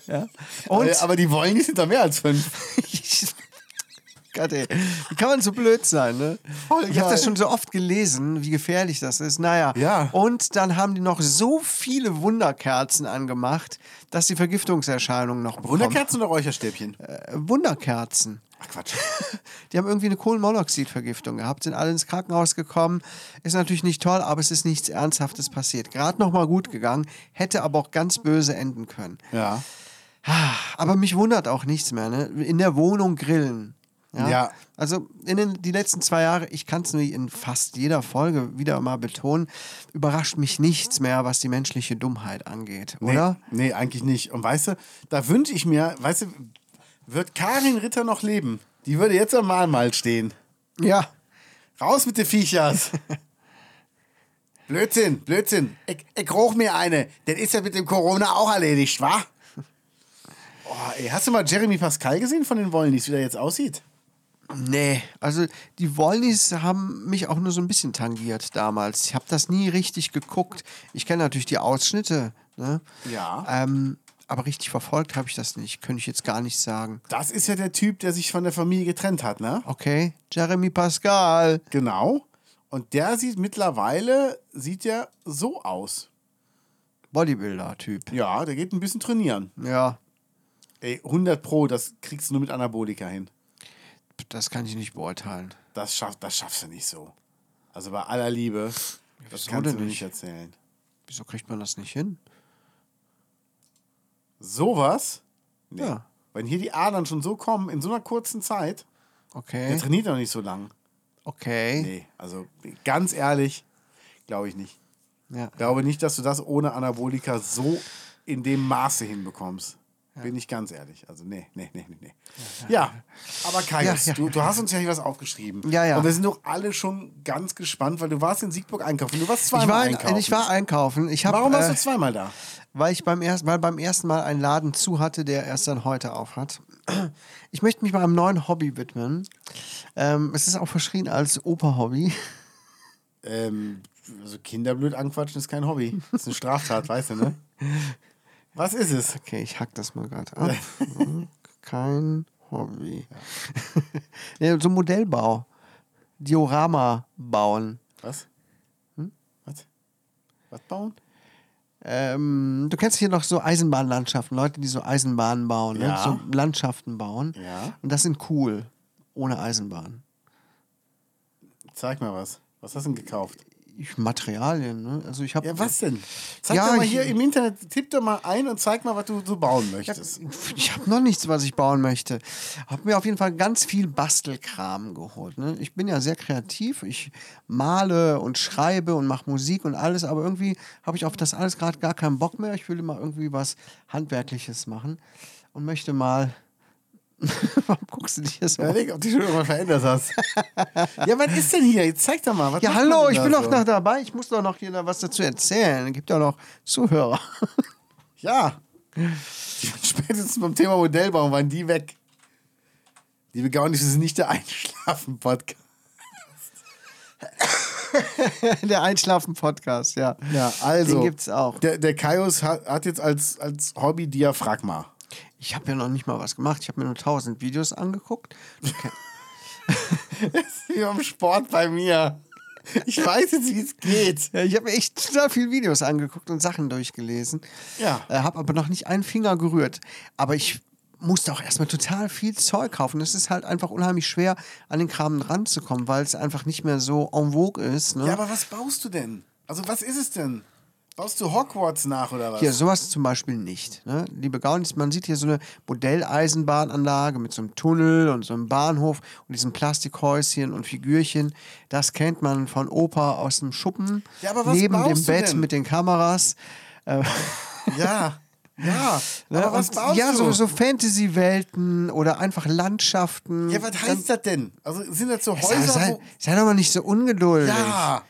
[SPEAKER 2] ja. Und
[SPEAKER 1] Äh, Aber die wollen, die sind da mehr als fünf.
[SPEAKER 2] Gott, ey. Wie kann man so blöd sein, ne?
[SPEAKER 1] Voll
[SPEAKER 2] ich habe das
[SPEAKER 1] geil.
[SPEAKER 2] schon so oft gelesen, wie gefährlich das ist. Naja.
[SPEAKER 1] Ja.
[SPEAKER 2] Und dann haben die noch so viele Wunderkerzen angemacht, dass die Vergiftungserscheinungen noch bekommen.
[SPEAKER 1] Wunderkerzen oder Räucherstäbchen?
[SPEAKER 2] Äh, Wunderkerzen.
[SPEAKER 1] Ach Quatsch.
[SPEAKER 2] Die haben irgendwie eine Kohlenmonoxidvergiftung gehabt, sind alle ins Krankenhaus gekommen. Ist natürlich nicht toll, aber es ist nichts Ernsthaftes passiert. Gerade noch mal gut gegangen, hätte aber auch ganz böse enden können.
[SPEAKER 1] Ja.
[SPEAKER 2] Aber mich wundert auch nichts mehr. Ne? In der Wohnung grillen. Ja.
[SPEAKER 1] Ja.
[SPEAKER 2] Also in den die letzten zwei Jahre, ich kann es in fast jeder Folge wieder mal betonen, überrascht mich nichts mehr, was die menschliche Dummheit angeht,
[SPEAKER 1] Nee,
[SPEAKER 2] oder?
[SPEAKER 1] Nee, eigentlich nicht. Und weißt du, da wünsche ich mir, weißt du, wird Karin Ritter noch leben? Die würde jetzt am Mahnmal stehen.
[SPEAKER 2] Ja.
[SPEAKER 1] Raus mit den Viechers! Blödsinn, Blödsinn. Ich, ich roch mir eine. Das ist ja mit dem Corona auch erledigt, wa? Oh, ey, hast du mal Jeremy Pascal gesehen von den Wollnis, wie der jetzt aussieht?
[SPEAKER 2] Nee, also die Wollnis haben mich auch nur so ein bisschen tangiert damals. Ich habe das nie richtig geguckt. Ich kenne natürlich die Ausschnitte, ne?
[SPEAKER 1] Ja.
[SPEAKER 2] Ähm, aber richtig verfolgt habe ich das nicht. Könnte ich jetzt gar nicht sagen.
[SPEAKER 1] Das ist ja der Typ, der sich von der Familie getrennt hat, ne?
[SPEAKER 2] Okay, Jeremy Pascal.
[SPEAKER 1] Genau. Und der sieht mittlerweile, sieht ja so aus.
[SPEAKER 2] Bodybuilder-Typ.
[SPEAKER 1] Ja, der geht ein bisschen trainieren.
[SPEAKER 2] Ja,
[SPEAKER 1] Ey, 100 Pro, das kriegst du nur mit Anabolika hin.
[SPEAKER 2] das kann ich nicht beurteilen.
[SPEAKER 1] Das, schaff, das schaffst du nicht so. Also bei aller Liebe, das
[SPEAKER 2] wieso
[SPEAKER 1] kannst
[SPEAKER 2] denn
[SPEAKER 1] du mir
[SPEAKER 2] nicht?
[SPEAKER 1] nicht erzählen.
[SPEAKER 2] Wieso kriegt man das nicht hin?
[SPEAKER 1] Sowas? Nee.
[SPEAKER 2] Ja.
[SPEAKER 1] Wenn hier die Adern schon so kommen, in so einer kurzen Zeit, der
[SPEAKER 2] Okay,
[SPEAKER 1] trainiert noch nicht so lang.
[SPEAKER 2] okay.
[SPEAKER 1] Nee, also ganz ehrlich, glaube ich nicht.
[SPEAKER 2] Ja.
[SPEAKER 1] Glaube nicht, dass du das ohne Anabolika so in dem Maße hinbekommst. Bin ich ganz ehrlich. Also, nee, nee, nee, nee, nee. Ja, aber Kaius,
[SPEAKER 2] Ja, ja.
[SPEAKER 1] Du, du hast uns ja hier was aufgeschrieben.
[SPEAKER 2] Ja, ja.
[SPEAKER 1] Und wir sind doch alle schon ganz gespannt, weil du warst in Siegburg einkaufen. Du warst zweimal
[SPEAKER 2] Ich war,
[SPEAKER 1] einkaufen.
[SPEAKER 2] einkaufen. ich war einkaufen. Ich hab,
[SPEAKER 1] Warum warst
[SPEAKER 2] äh,
[SPEAKER 1] du zweimal da?
[SPEAKER 2] weil ich beim ersten Mal beim ersten Mal einen Laden zu hatte, der erst dann heute auf hat. Ich möchte mich meinem neuen Hobby widmen. Ähm, es ist auch verschrien als Oper-Hobby.
[SPEAKER 1] Ähm, also Kinder blöd anquatschen ist kein Hobby. Das ist eine Straftat, weißt du, ne? Was ist es?
[SPEAKER 2] Okay, ich hack das mal gerade ab. Hm, Kein Hobby. ja, so Modellbau. Diorama bauen.
[SPEAKER 1] Was? Hm? Was? Was bauen?
[SPEAKER 2] Ähm, du kennst hier noch so Eisenbahnlandschaften, Leute, die so Eisenbahnen bauen, ne?
[SPEAKER 1] Ja.
[SPEAKER 2] so Landschaften bauen.
[SPEAKER 1] Ja.
[SPEAKER 2] Und das sind cool, ohne Eisenbahn.
[SPEAKER 1] Zeig mal was. Was hast du denn gekauft?
[SPEAKER 2] Ich, Materialien, ne? Also ich habe
[SPEAKER 1] Ja, was denn? Zeig
[SPEAKER 2] Ja,
[SPEAKER 1] doch mal
[SPEAKER 2] ich-
[SPEAKER 1] hier im Internet, tipp doch mal ein und zeig mal, was du so bauen möchtest.
[SPEAKER 2] Ich habe noch nichts, was ich bauen möchte. Habe mir auf jeden Fall ganz viel Bastelkram geholt. Ne? Ich bin ja sehr kreativ. Ich male und schreibe und mache Musik und alles, aber irgendwie habe ich auf das alles gerade gar keinen Bock mehr. Ich will mal irgendwie was Handwerkliches machen und möchte mal. Warum guckst du dich jetzt so? an?
[SPEAKER 1] Überleg, ob du schon irgendwas verändert hast. ja, was ist denn hier? Jetzt zeig doch mal. Was
[SPEAKER 2] Ja,
[SPEAKER 1] macht
[SPEAKER 2] hallo,
[SPEAKER 1] man
[SPEAKER 2] ich
[SPEAKER 1] da
[SPEAKER 2] bin
[SPEAKER 1] so?
[SPEAKER 2] doch noch dabei. Ich muss doch noch hier was dazu erzählen. Es gibt ja noch Zuhörer.
[SPEAKER 1] Ja. Spätestens beim Thema Modellbauen waren die weg. Liebe Gaunis, wir sind nicht der Einschlafen-Podcast.
[SPEAKER 2] Der Einschlafen-Podcast, ja.
[SPEAKER 1] Ja, also.
[SPEAKER 2] Den gibt's auch.
[SPEAKER 1] Der, der Kaius hat, hat jetzt als, als Hobby Diaphragma.
[SPEAKER 2] Ich habe ja noch nicht mal was gemacht. Ich habe mir nur 1000 Videos angeguckt.
[SPEAKER 1] Das ist wie beim Sport bei mir. Ich weiß jetzt, wie es geht.
[SPEAKER 2] Ja, ich habe mir echt total viele Videos angeguckt und Sachen durchgelesen.
[SPEAKER 1] Ja.
[SPEAKER 2] Äh, habe aber noch nicht einen Finger gerührt. Aber ich musste auch erstmal total viel Zeug kaufen. Es ist halt einfach unheimlich schwer, an den Kram ranzukommen, weil es einfach nicht mehr so en vogue ist. Ne?
[SPEAKER 1] Ja, aber was baust du denn? Also, was ist es denn? Baust du Hogwarts nach oder was?
[SPEAKER 2] Hier, sowas zum Beispiel nicht. Ne? Liebe Gaunis, man sieht hier so eine Modelleisenbahnanlage mit so einem Tunnel und so einem Bahnhof und diesen Plastikhäuschen und Figürchen. Das kennt man von Opa aus dem Schuppen.
[SPEAKER 1] Ja, aber was
[SPEAKER 2] Neben dem
[SPEAKER 1] baust du
[SPEAKER 2] Bett
[SPEAKER 1] denn?
[SPEAKER 2] mit den Kameras.
[SPEAKER 1] Ja. Ja.
[SPEAKER 2] Ne?
[SPEAKER 1] Aber was
[SPEAKER 2] Und
[SPEAKER 1] baust
[SPEAKER 2] ja,
[SPEAKER 1] du?
[SPEAKER 2] so, so Fantasy-Welten oder einfach Landschaften.
[SPEAKER 1] Ja, was heißt das denn? Also, sind das so
[SPEAKER 2] Sei,
[SPEAKER 1] Häuser?
[SPEAKER 2] sei,
[SPEAKER 1] wo-
[SPEAKER 2] sei doch mal nicht so ungeduldig.
[SPEAKER 1] Ja.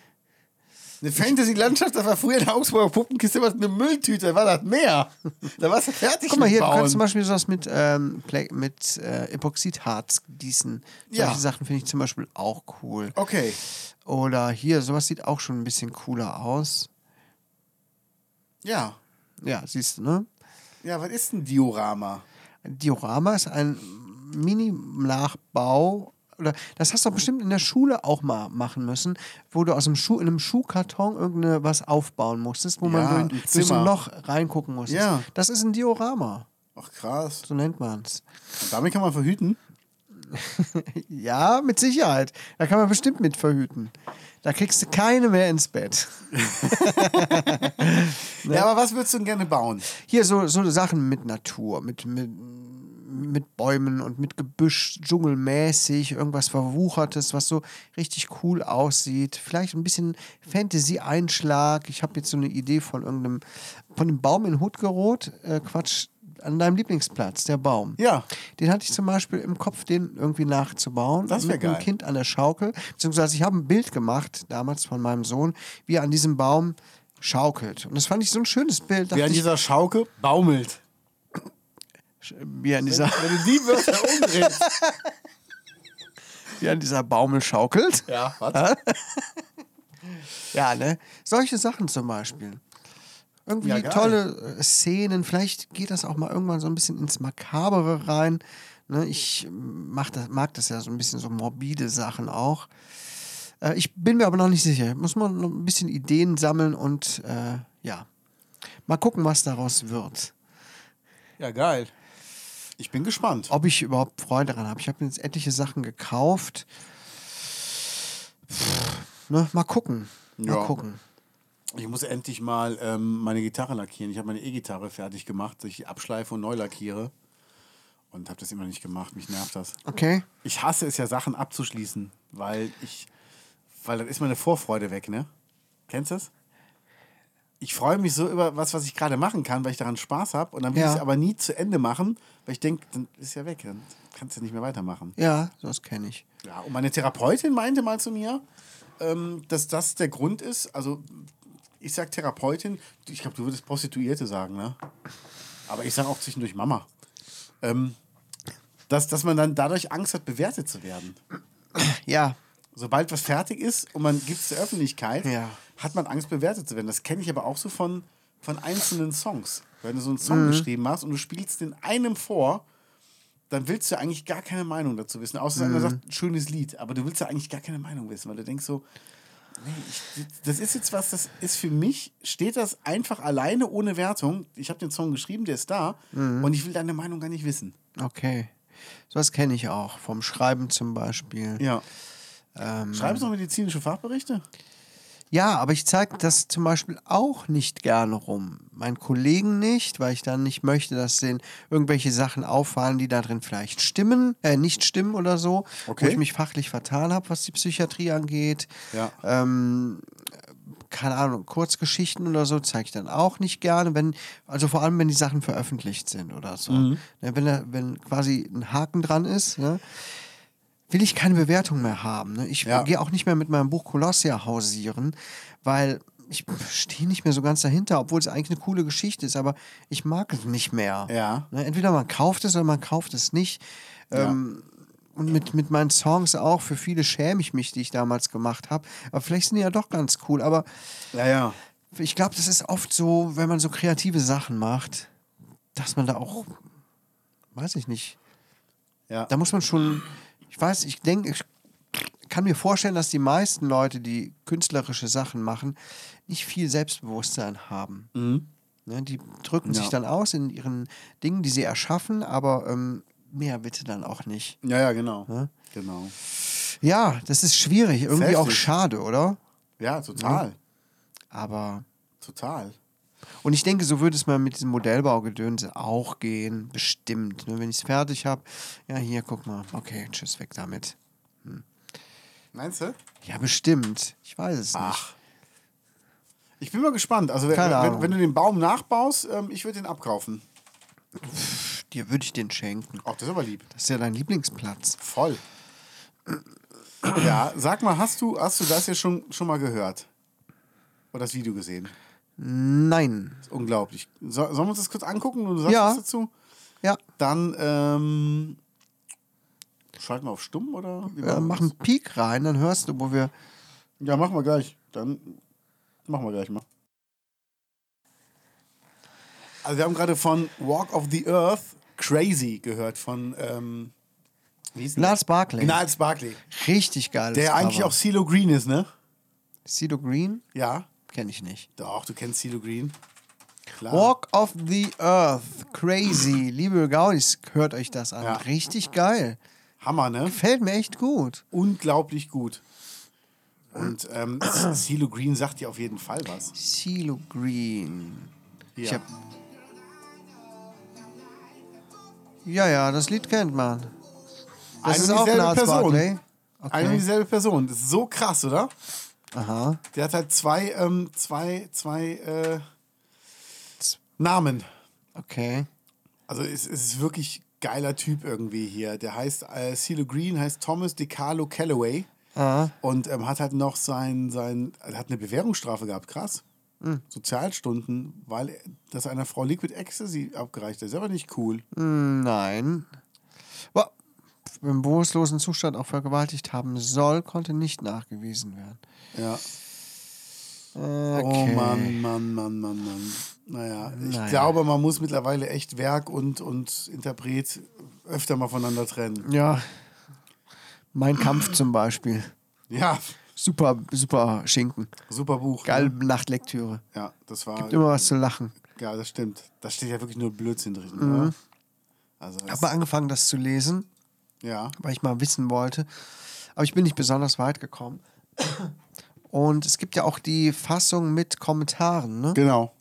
[SPEAKER 1] Eine Fantasy-Landschaft, das war früher in der Augsburger Puppenkiste immer eine Mülltüte, da war das mehr. Da war es fertig
[SPEAKER 2] Guck mal
[SPEAKER 1] mit
[SPEAKER 2] hier, du
[SPEAKER 1] bauen.
[SPEAKER 2] kannst zum Beispiel sowas mit, ähm, Play- mit äh, Epoxidharz gießen.
[SPEAKER 1] Ja.
[SPEAKER 2] Solche Sachen finde ich zum Beispiel auch cool.
[SPEAKER 1] Okay.
[SPEAKER 2] Oder hier, sowas sieht auch schon ein bisschen cooler aus.
[SPEAKER 1] Ja.
[SPEAKER 2] Ja, siehst du, ne?
[SPEAKER 1] Ja, was ist ein Diorama?
[SPEAKER 2] Ein Diorama ist ein Mini-Nachbau. Oder das hast du doch bestimmt in der Schule auch mal machen müssen, wo du aus dem Schuh, in einem Schuhkarton irgendeine was aufbauen musstest, wo
[SPEAKER 1] Ja,
[SPEAKER 2] man
[SPEAKER 1] ein
[SPEAKER 2] durch, durch so
[SPEAKER 1] Zimmer.
[SPEAKER 2] ein Loch reingucken musstest.
[SPEAKER 1] Ja.
[SPEAKER 2] Das ist ein Diorama,
[SPEAKER 1] Ach krass.
[SPEAKER 2] so nennt man es.
[SPEAKER 1] Und damit kann man verhüten.
[SPEAKER 2] Ja, mit Sicherheit. Da kann man bestimmt mit verhüten. Da kriegst du keine mehr ins Bett. Ne?
[SPEAKER 1] Ja, aber was würdest du denn gerne bauen?
[SPEAKER 2] Hier so, so Sachen mit Natur, mit, mit, mit Bäumen und mit Gebüsch, dschungelmäßig, irgendwas Verwuchertes, was so richtig cool aussieht. Vielleicht ein bisschen Fantasy-Einschlag. Ich habe jetzt so eine Idee von irgendeinem, von dem Baum in Hutgerot. Äh, Quatsch, an deinem Lieblingsplatz, der Baum.
[SPEAKER 1] Ja.
[SPEAKER 2] Den hatte ich zum Beispiel im Kopf, den irgendwie nachzubauen.
[SPEAKER 1] Das wär
[SPEAKER 2] mit einem
[SPEAKER 1] geil.
[SPEAKER 2] Kind an der Schaukel. Beziehungsweise ich habe ein Bild gemacht, damals von meinem Sohn, wie er an diesem Baum schaukelt. Und das fand ich so ein schönes Bild.
[SPEAKER 1] Wer
[SPEAKER 2] Dachte
[SPEAKER 1] an
[SPEAKER 2] ich,
[SPEAKER 1] dieser Schauke baumelt.
[SPEAKER 2] wie an dieser,
[SPEAKER 1] Wenn du die Wörter umdrehst.
[SPEAKER 2] wie an dieser Baumel schaukelt.
[SPEAKER 1] ja, was?
[SPEAKER 2] Ja, ne? Solche Sachen zum Beispiel. Irgendwie
[SPEAKER 1] Ja, geil.
[SPEAKER 2] tolle äh, Szenen. Vielleicht geht das auch mal irgendwann so ein bisschen ins Makabere rein. Ne? Ich mach das, mag das ja so ein bisschen so morbide Sachen auch. Äh, ich bin mir aber noch nicht sicher. Muss man noch ein bisschen Ideen sammeln und äh, ja. Mal gucken, was daraus wird.
[SPEAKER 1] Ja, geil. Ich bin gespannt.
[SPEAKER 2] Ob ich überhaupt Freude daran habe. Ich habe mir jetzt etliche Sachen gekauft. Pff, Ne? Mal gucken. Mal
[SPEAKER 1] Ja.
[SPEAKER 2] gucken.
[SPEAKER 1] Ich muss endlich mal ähm, meine Gitarre lackieren. Ich habe meine E-Gitarre fertig gemacht, dass ich die abschleife und neu lackiere. Und habe das immer nicht gemacht. Mich nervt das.
[SPEAKER 2] Okay.
[SPEAKER 1] Ich hasse es ja, Sachen abzuschließen, weil ich, weil dann ist meine Vorfreude weg, ne? Kennst du das? Ich freue mich so über was, was ich gerade machen kann, weil ich daran Spaß habe. Und dann will
[SPEAKER 2] Ja.
[SPEAKER 1] ich es aber nie zu Ende machen, weil ich denke, dann ist ja weg, dann kannst du nicht mehr weitermachen.
[SPEAKER 2] Ja, das kenne ich.
[SPEAKER 1] Ja, und meine Therapeutin meinte mal zu mir, ähm, dass das der Grund ist. Also, ich sag Therapeutin, ich glaube, du würdest Prostituierte sagen, ne? Aber ich sage auch zwischendurch Mama. Ähm, dass, dass man dann dadurch Angst hat, bewertet zu werden.
[SPEAKER 2] Ja,
[SPEAKER 1] Sobald was fertig ist und man gibt es der Öffentlichkeit,
[SPEAKER 2] Ja.
[SPEAKER 1] hat man Angst, bewertet zu werden. Das kenne ich aber auch so von, von einzelnen Songs. Wenn du so einen Song geschrieben hast und du spielst den einem vor, dann willst du eigentlich gar keine Meinung dazu wissen. Außer dass einer sagt, schönes Lied, aber du willst ja eigentlich gar keine Meinung wissen, weil du denkst so, nee, ich, das ist jetzt was, das ist für mich, steht das einfach alleine ohne Wertung. Ich habe den Song geschrieben, der ist da und ich will deine Meinung gar nicht wissen.
[SPEAKER 2] Okay. Sowas kenne ich auch. Vom Schreiben zum Beispiel. Ja,
[SPEAKER 1] Ja. Ähm. Schreibst du noch medizinische Fachberichte?
[SPEAKER 2] aber ich zeige das zum Beispiel auch nicht gerne rum. Meinen Kollegen nicht, weil ich dann nicht möchte, dass denen irgendwelche Sachen auffallen, die da drin vielleicht stimmen, äh, nicht stimmen oder so.
[SPEAKER 1] Okay.
[SPEAKER 2] Wo ich mich fachlich vertan habe, was die Psychiatrie angeht.
[SPEAKER 1] Ja.
[SPEAKER 2] Ähm, keine Ahnung, Kurzgeschichten oder so zeige ich dann auch nicht gerne, wenn, also vor allem, wenn die Sachen veröffentlicht sind oder so.
[SPEAKER 1] Mhm.
[SPEAKER 2] Ne, wenn, da, wenn quasi ein Haken dran ist, ne, will ich keine Bewertung mehr haben. Ne? Ich
[SPEAKER 1] Ja.
[SPEAKER 2] gehe auch nicht mehr mit meinem Buch Kolossia hausieren, weil ich stehe nicht mehr so ganz dahinter, obwohl es eigentlich eine coole Geschichte ist, aber ich mag es nicht mehr.
[SPEAKER 1] Ja.
[SPEAKER 2] Ne? Entweder man kauft es oder man kauft es nicht. Ähm, Und mit, mit meinen Songs auch, für viele schäme ich mich, die ich damals gemacht habe. Aber vielleicht sind die ja doch ganz cool. Aber
[SPEAKER 1] Ja, ja.
[SPEAKER 2] ich glaube, das ist oft so, wenn man so kreative Sachen macht, dass man da auch, weiß ich nicht,
[SPEAKER 1] ja.
[SPEAKER 2] da muss man schon, ich weiß, ich denke, ich kann mir vorstellen, dass die meisten Leute, die künstlerische Sachen machen, nicht viel Selbstbewusstsein haben. Ne, die drücken sich
[SPEAKER 1] Ja.
[SPEAKER 2] dann aus in ihren Dingen, die sie erschaffen, aber ähm, mehr bitte dann auch nicht.
[SPEAKER 1] Ja, ja, genau. Genau.
[SPEAKER 2] Ja, das ist schwierig, irgendwie auch
[SPEAKER 1] heftig.
[SPEAKER 2] schade, oder?
[SPEAKER 1] Ja, total.
[SPEAKER 2] Aber
[SPEAKER 1] Total.
[SPEAKER 2] Und ich denke, so würde es mal mit diesem Modellbaugedönse auch gehen, bestimmt. Ne? Wenn ich es fertig habe, ja, hier, guck mal. Okay, tschüss, weg damit.
[SPEAKER 1] Meinst du?
[SPEAKER 2] Ja, bestimmt. Ich weiß es nicht.
[SPEAKER 1] Ach. Ich bin mal gespannt. Also, wenn,
[SPEAKER 2] Keine
[SPEAKER 1] wenn,
[SPEAKER 2] Ahnung.
[SPEAKER 1] wenn du den Baum nachbaust, ähm, ich würde den abkaufen.
[SPEAKER 2] Pff, Dir würde ich den schenken.
[SPEAKER 1] Auch das ist aber lieb.
[SPEAKER 2] Das ist ja dein Lieblingsplatz.
[SPEAKER 1] Voll. Ja, sag mal, hast du, hast du das hier schon, schon mal gehört? Oder das Video gesehen?
[SPEAKER 2] Nein.
[SPEAKER 1] Das ist unglaublich. So, sollen wir uns das kurz angucken und du sagst
[SPEAKER 2] Ja.
[SPEAKER 1] was dazu?
[SPEAKER 2] Ja,
[SPEAKER 1] Dann ähm, schalten wir auf stumm oder? wie
[SPEAKER 2] äh,
[SPEAKER 1] machen wir
[SPEAKER 2] mach einen Peak rein, dann hörst du, wo wir.
[SPEAKER 1] das? Ja, machen wir gleich. Dann machen wir gleich mal. Also wir haben gerade von Walk of the Earth Crazy gehört von ähm, wie hieß
[SPEAKER 2] Lars Barkley.
[SPEAKER 1] Lars Barkley.
[SPEAKER 2] Richtig geil.
[SPEAKER 1] Der eigentlich auch CeeLo Green ist, ne?
[SPEAKER 2] Cedo Green?
[SPEAKER 1] Ja.
[SPEAKER 2] Kenne ich nicht.
[SPEAKER 1] Doch, du kennst CeeLo Green. Klar.
[SPEAKER 2] Walk of the Earth. Crazy. Liebe Gaudis, hört euch das an.
[SPEAKER 1] Ja.
[SPEAKER 2] Richtig geil.
[SPEAKER 1] Hammer, ne?
[SPEAKER 2] Fällt mir echt gut.
[SPEAKER 1] Unglaublich gut. Und ähm, CeeLo Green sagt dir auf jeden Fall was.
[SPEAKER 2] Silo Green.
[SPEAKER 1] Ja.
[SPEAKER 2] Ich hab, Ja, ja, das Lied kennt man. Das
[SPEAKER 1] Eine
[SPEAKER 2] ist
[SPEAKER 1] und
[SPEAKER 2] auch ne?
[SPEAKER 1] dieselbe
[SPEAKER 2] Nas
[SPEAKER 1] Person.
[SPEAKER 2] Barkley.
[SPEAKER 1] Eine und
[SPEAKER 2] Okay.
[SPEAKER 1] dieselbe Person. Das ist so krass, oder?
[SPEAKER 2] Aha.
[SPEAKER 1] Der hat halt zwei, ähm, zwei, zwei äh, Namen.
[SPEAKER 2] Okay.
[SPEAKER 1] Also es, es ist wirklich geiler Typ irgendwie hier. Der heißt äh, CeeLo Green, heißt Thomas DiCarlo Calloway und ähm, hat halt noch sein, sein also hat eine Bewährungsstrafe gehabt, krass.
[SPEAKER 2] Hm.
[SPEAKER 1] Sozialstunden, weil er- das einer Frau Liquid Ecstasy abgereicht hat. Ist aber nicht cool.
[SPEAKER 2] Nein. Wa- Im bewusstlosen Zustand auch vergewaltigt haben soll, konnte nicht nachgewiesen werden.
[SPEAKER 1] Ja.
[SPEAKER 2] Okay.
[SPEAKER 1] Oh Mann, Mann, Mann, Mann, Mann. Naja, ich
[SPEAKER 2] Naja.
[SPEAKER 1] glaube, man muss mittlerweile echt Werk und, und Interpret öfter mal voneinander trennen.
[SPEAKER 2] Ja. Mein Kampf zum Beispiel.
[SPEAKER 1] Ja,
[SPEAKER 2] Super, super Schinken.
[SPEAKER 1] super Buch.
[SPEAKER 2] Geile
[SPEAKER 1] Ne?
[SPEAKER 2] Nachtlektüre.
[SPEAKER 1] Ja, das war.
[SPEAKER 2] Immer was zu lachen.
[SPEAKER 1] Ja, das stimmt. Da steht ja wirklich nur Blödsinn drin.
[SPEAKER 2] Mhm.
[SPEAKER 1] Oder? Also, das,
[SPEAKER 2] Hab mal angefangen, das zu lesen,
[SPEAKER 1] ja.
[SPEAKER 2] weil ich mal wissen wollte. Aber ich bin nicht besonders weit gekommen. Und es gibt ja auch die Fassung mit Kommentaren, ne?
[SPEAKER 1] Genau.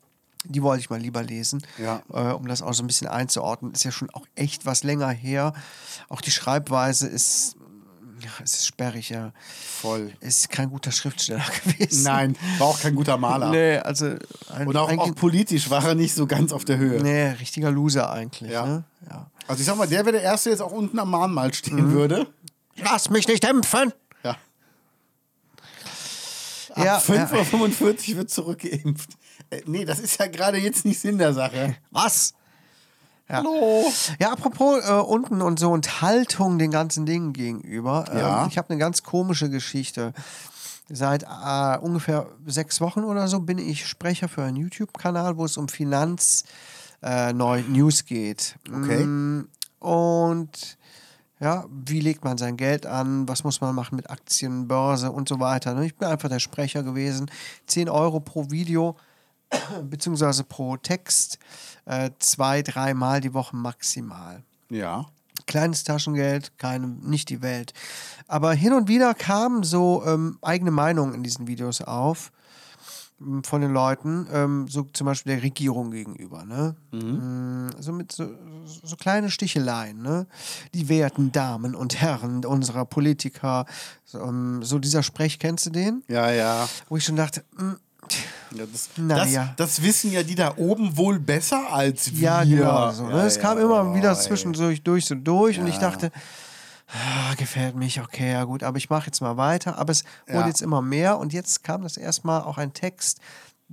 [SPEAKER 2] Die wollte ich mal lieber lesen,
[SPEAKER 1] Ja.
[SPEAKER 2] äh, um das auch so ein bisschen einzuordnen. Ist ja schon auch echt was länger her. Auch die Schreibweise ist, ja, es ist sperrig, ja.
[SPEAKER 1] Voll.
[SPEAKER 2] Ist kein guter Schriftsteller gewesen.
[SPEAKER 1] Nein, war auch kein guter Maler.
[SPEAKER 2] Nee, also. Ein,
[SPEAKER 1] Und auch, auch
[SPEAKER 2] eigentlich-
[SPEAKER 1] politisch war er nicht so ganz auf der Höhe.
[SPEAKER 2] Nee, richtiger Loser eigentlich.
[SPEAKER 1] Ja.
[SPEAKER 2] Ne? Ja.
[SPEAKER 1] Also ich sag mal, der wäre der Erste, der jetzt auch unten am Mahnmal stehen
[SPEAKER 2] Mhm.
[SPEAKER 1] würde.
[SPEAKER 2] Lass mich nicht impfen!
[SPEAKER 1] Ja. Ab
[SPEAKER 2] Ja,
[SPEAKER 1] 5.45 Uhr wird zurückgeimpft. Äh, nee, das ist ja gerade jetzt nicht Sinn der Sache.
[SPEAKER 2] Was? Ja.
[SPEAKER 1] Hallo.
[SPEAKER 2] Ja, apropos äh, unten und so und Haltung den ganzen Dingen gegenüber.
[SPEAKER 1] Ja.
[SPEAKER 2] Ähm, ich habe eine ganz komische Geschichte. Seit äh, ungefähr sechs Wochen oder so bin ich Sprecher für einen YouTube-Kanal, wo es um Finanz äh, neu News geht.
[SPEAKER 1] Okay.
[SPEAKER 2] Mm, Und ja, wie legt man sein Geld an? Was muss man machen mit Aktien, Börse und so weiter? ne? Ich bin einfach der Sprecher gewesen. 10 Euro pro Video beziehungsweise pro Text äh, zwei, dreimal die Woche maximal.
[SPEAKER 1] Ja.
[SPEAKER 2] Kleines Taschengeld, keine, nicht die Welt. Aber hin und wieder kamen so ähm, eigene Meinungen in diesen Videos auf ähm, von den Leuten, ähm, so zum Beispiel der Regierung gegenüber, ne? Mm, So mit so, so kleine Sticheleien, ne? Die werten Damen und Herren unserer Politiker, so, ähm, so dieser Sprech, kennst du den?
[SPEAKER 1] Ja, ja.
[SPEAKER 2] Wo ich schon dachte, mm,
[SPEAKER 1] ja das,
[SPEAKER 2] Na
[SPEAKER 1] das,
[SPEAKER 2] ja.
[SPEAKER 1] das wissen ja die da oben wohl besser als wir.
[SPEAKER 2] Ja, genau. So, ne?
[SPEAKER 1] Ja,
[SPEAKER 2] es
[SPEAKER 1] ja.
[SPEAKER 2] kam immer wieder
[SPEAKER 1] Oh, ey.
[SPEAKER 2] zwischendurch durch so durch und ich dachte, ah, gefällt mich, okay, ja gut, aber ich mache jetzt mal weiter. Aber es wurde
[SPEAKER 1] Ja.
[SPEAKER 2] jetzt immer mehr und jetzt kam das erstmal auch ein Text.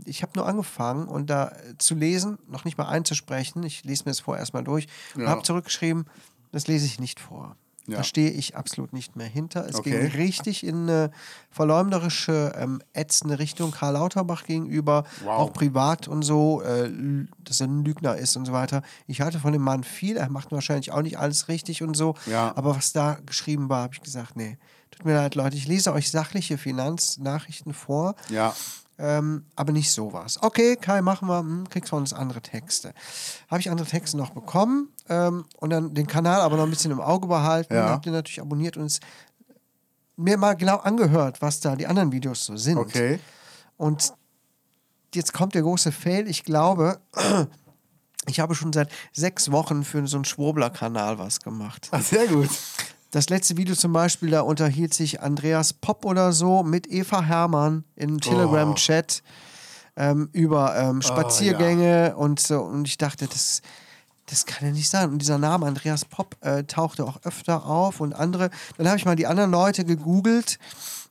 [SPEAKER 2] Ich habe nur angefangen und da äh, zu lesen, noch nicht mal einzusprechen. Ich lese mir das vorher erstmal durch und habe zurückgeschrieben, das lese ich nicht vor.
[SPEAKER 1] Ja.
[SPEAKER 2] Da stehe ich absolut nicht mehr hinter. Es
[SPEAKER 1] Okay.
[SPEAKER 2] ging richtig in eine verleumderische, ähm, ätzende Richtung Karl Lauterbach gegenüber,
[SPEAKER 1] Wow.
[SPEAKER 2] auch privat und so, äh, lü- dass er ein Lügner ist und so weiter. Ich halte von dem Mann viel, er macht wahrscheinlich auch nicht alles richtig und so.
[SPEAKER 1] Ja.
[SPEAKER 2] Aber was da geschrieben war, habe ich gesagt, nee, tut mir leid, Leute, ich lese euch sachliche Finanznachrichten vor.
[SPEAKER 1] Ja.
[SPEAKER 2] Ähm, aber nicht sowas. Okay, Kai, machen wir, hm, kriegst von uns andere Texte. Habe ich andere Texte noch bekommen ähm, und dann den Kanal aber noch ein bisschen im Auge behalten.
[SPEAKER 1] Ja.
[SPEAKER 2] Hab den natürlich abonniert und es mir mal genau angehört, was da die anderen Videos so sind.
[SPEAKER 1] Okay.
[SPEAKER 2] Und jetzt kommt der große Fail. Ich glaube, ich habe schon seit sechs Wochen für so einen Schwurbler-Kanal was gemacht.
[SPEAKER 1] Ah, sehr gut.
[SPEAKER 2] Das letzte Video zum Beispiel, da unterhielt sich Andreas Popp oder so mit Eva Hermann im Telegram-Chat ähm, über ähm, Spaziergänge und so. Und ich dachte, das, das kann ja nicht sein. Und dieser Name Andreas Popp äh, tauchte auch öfter auf und andere. Dann habe ich mal die anderen Leute gegoogelt,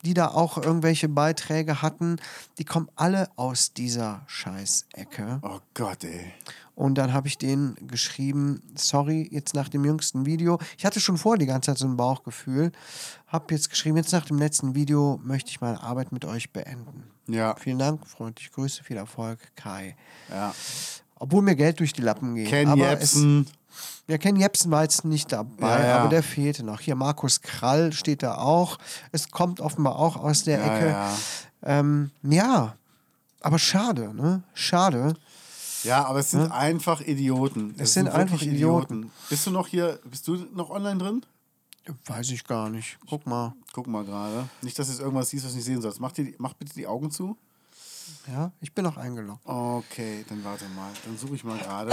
[SPEAKER 2] die da auch irgendwelche Beiträge hatten. Die kommen alle aus dieser Scheißecke.
[SPEAKER 1] Oh Gott, ey.
[SPEAKER 2] Und dann habe ich denen geschrieben, sorry, jetzt nach dem jüngsten Video. Ich hatte schon vor die ganze Zeit so ein Bauchgefühl. Habe jetzt geschrieben, jetzt nach dem letzten Video möchte ich meine Arbeit mit euch beenden.
[SPEAKER 1] Ja.
[SPEAKER 2] Vielen Dank, freundliche Grüße, viel Erfolg, Kai.
[SPEAKER 1] Ja.
[SPEAKER 2] Obwohl mir Geld durch die Lappen geht.
[SPEAKER 1] Ken
[SPEAKER 2] aber
[SPEAKER 1] Jebsen.
[SPEAKER 2] Es, ja, Ken Jebsen war jetzt nicht dabei,
[SPEAKER 1] Ja, ja.
[SPEAKER 2] aber der fehlte noch. Hier, Markus Krall steht da auch. Es kommt offenbar auch aus der
[SPEAKER 1] Ja,
[SPEAKER 2] Ecke.
[SPEAKER 1] ja.
[SPEAKER 2] Ähm, ja, aber schade, ne? Schade.
[SPEAKER 1] Ja, aber es sind einfach Idioten. Es,
[SPEAKER 2] Hm? sind einfach
[SPEAKER 1] wirklich
[SPEAKER 2] Idioten.
[SPEAKER 1] Bist du noch hier, bist du noch online drin?
[SPEAKER 2] Weiß ich gar nicht. Guck mal.
[SPEAKER 1] Guck mal gerade. Nicht, dass du jetzt irgendwas siehst, was du nicht sehen sollst. Mach, dir, die- mach bitte die Augen zu.
[SPEAKER 2] Ja, ich bin noch eingeloggt.
[SPEAKER 1] Okay, dann warte mal. Dann suche ich mal gerade.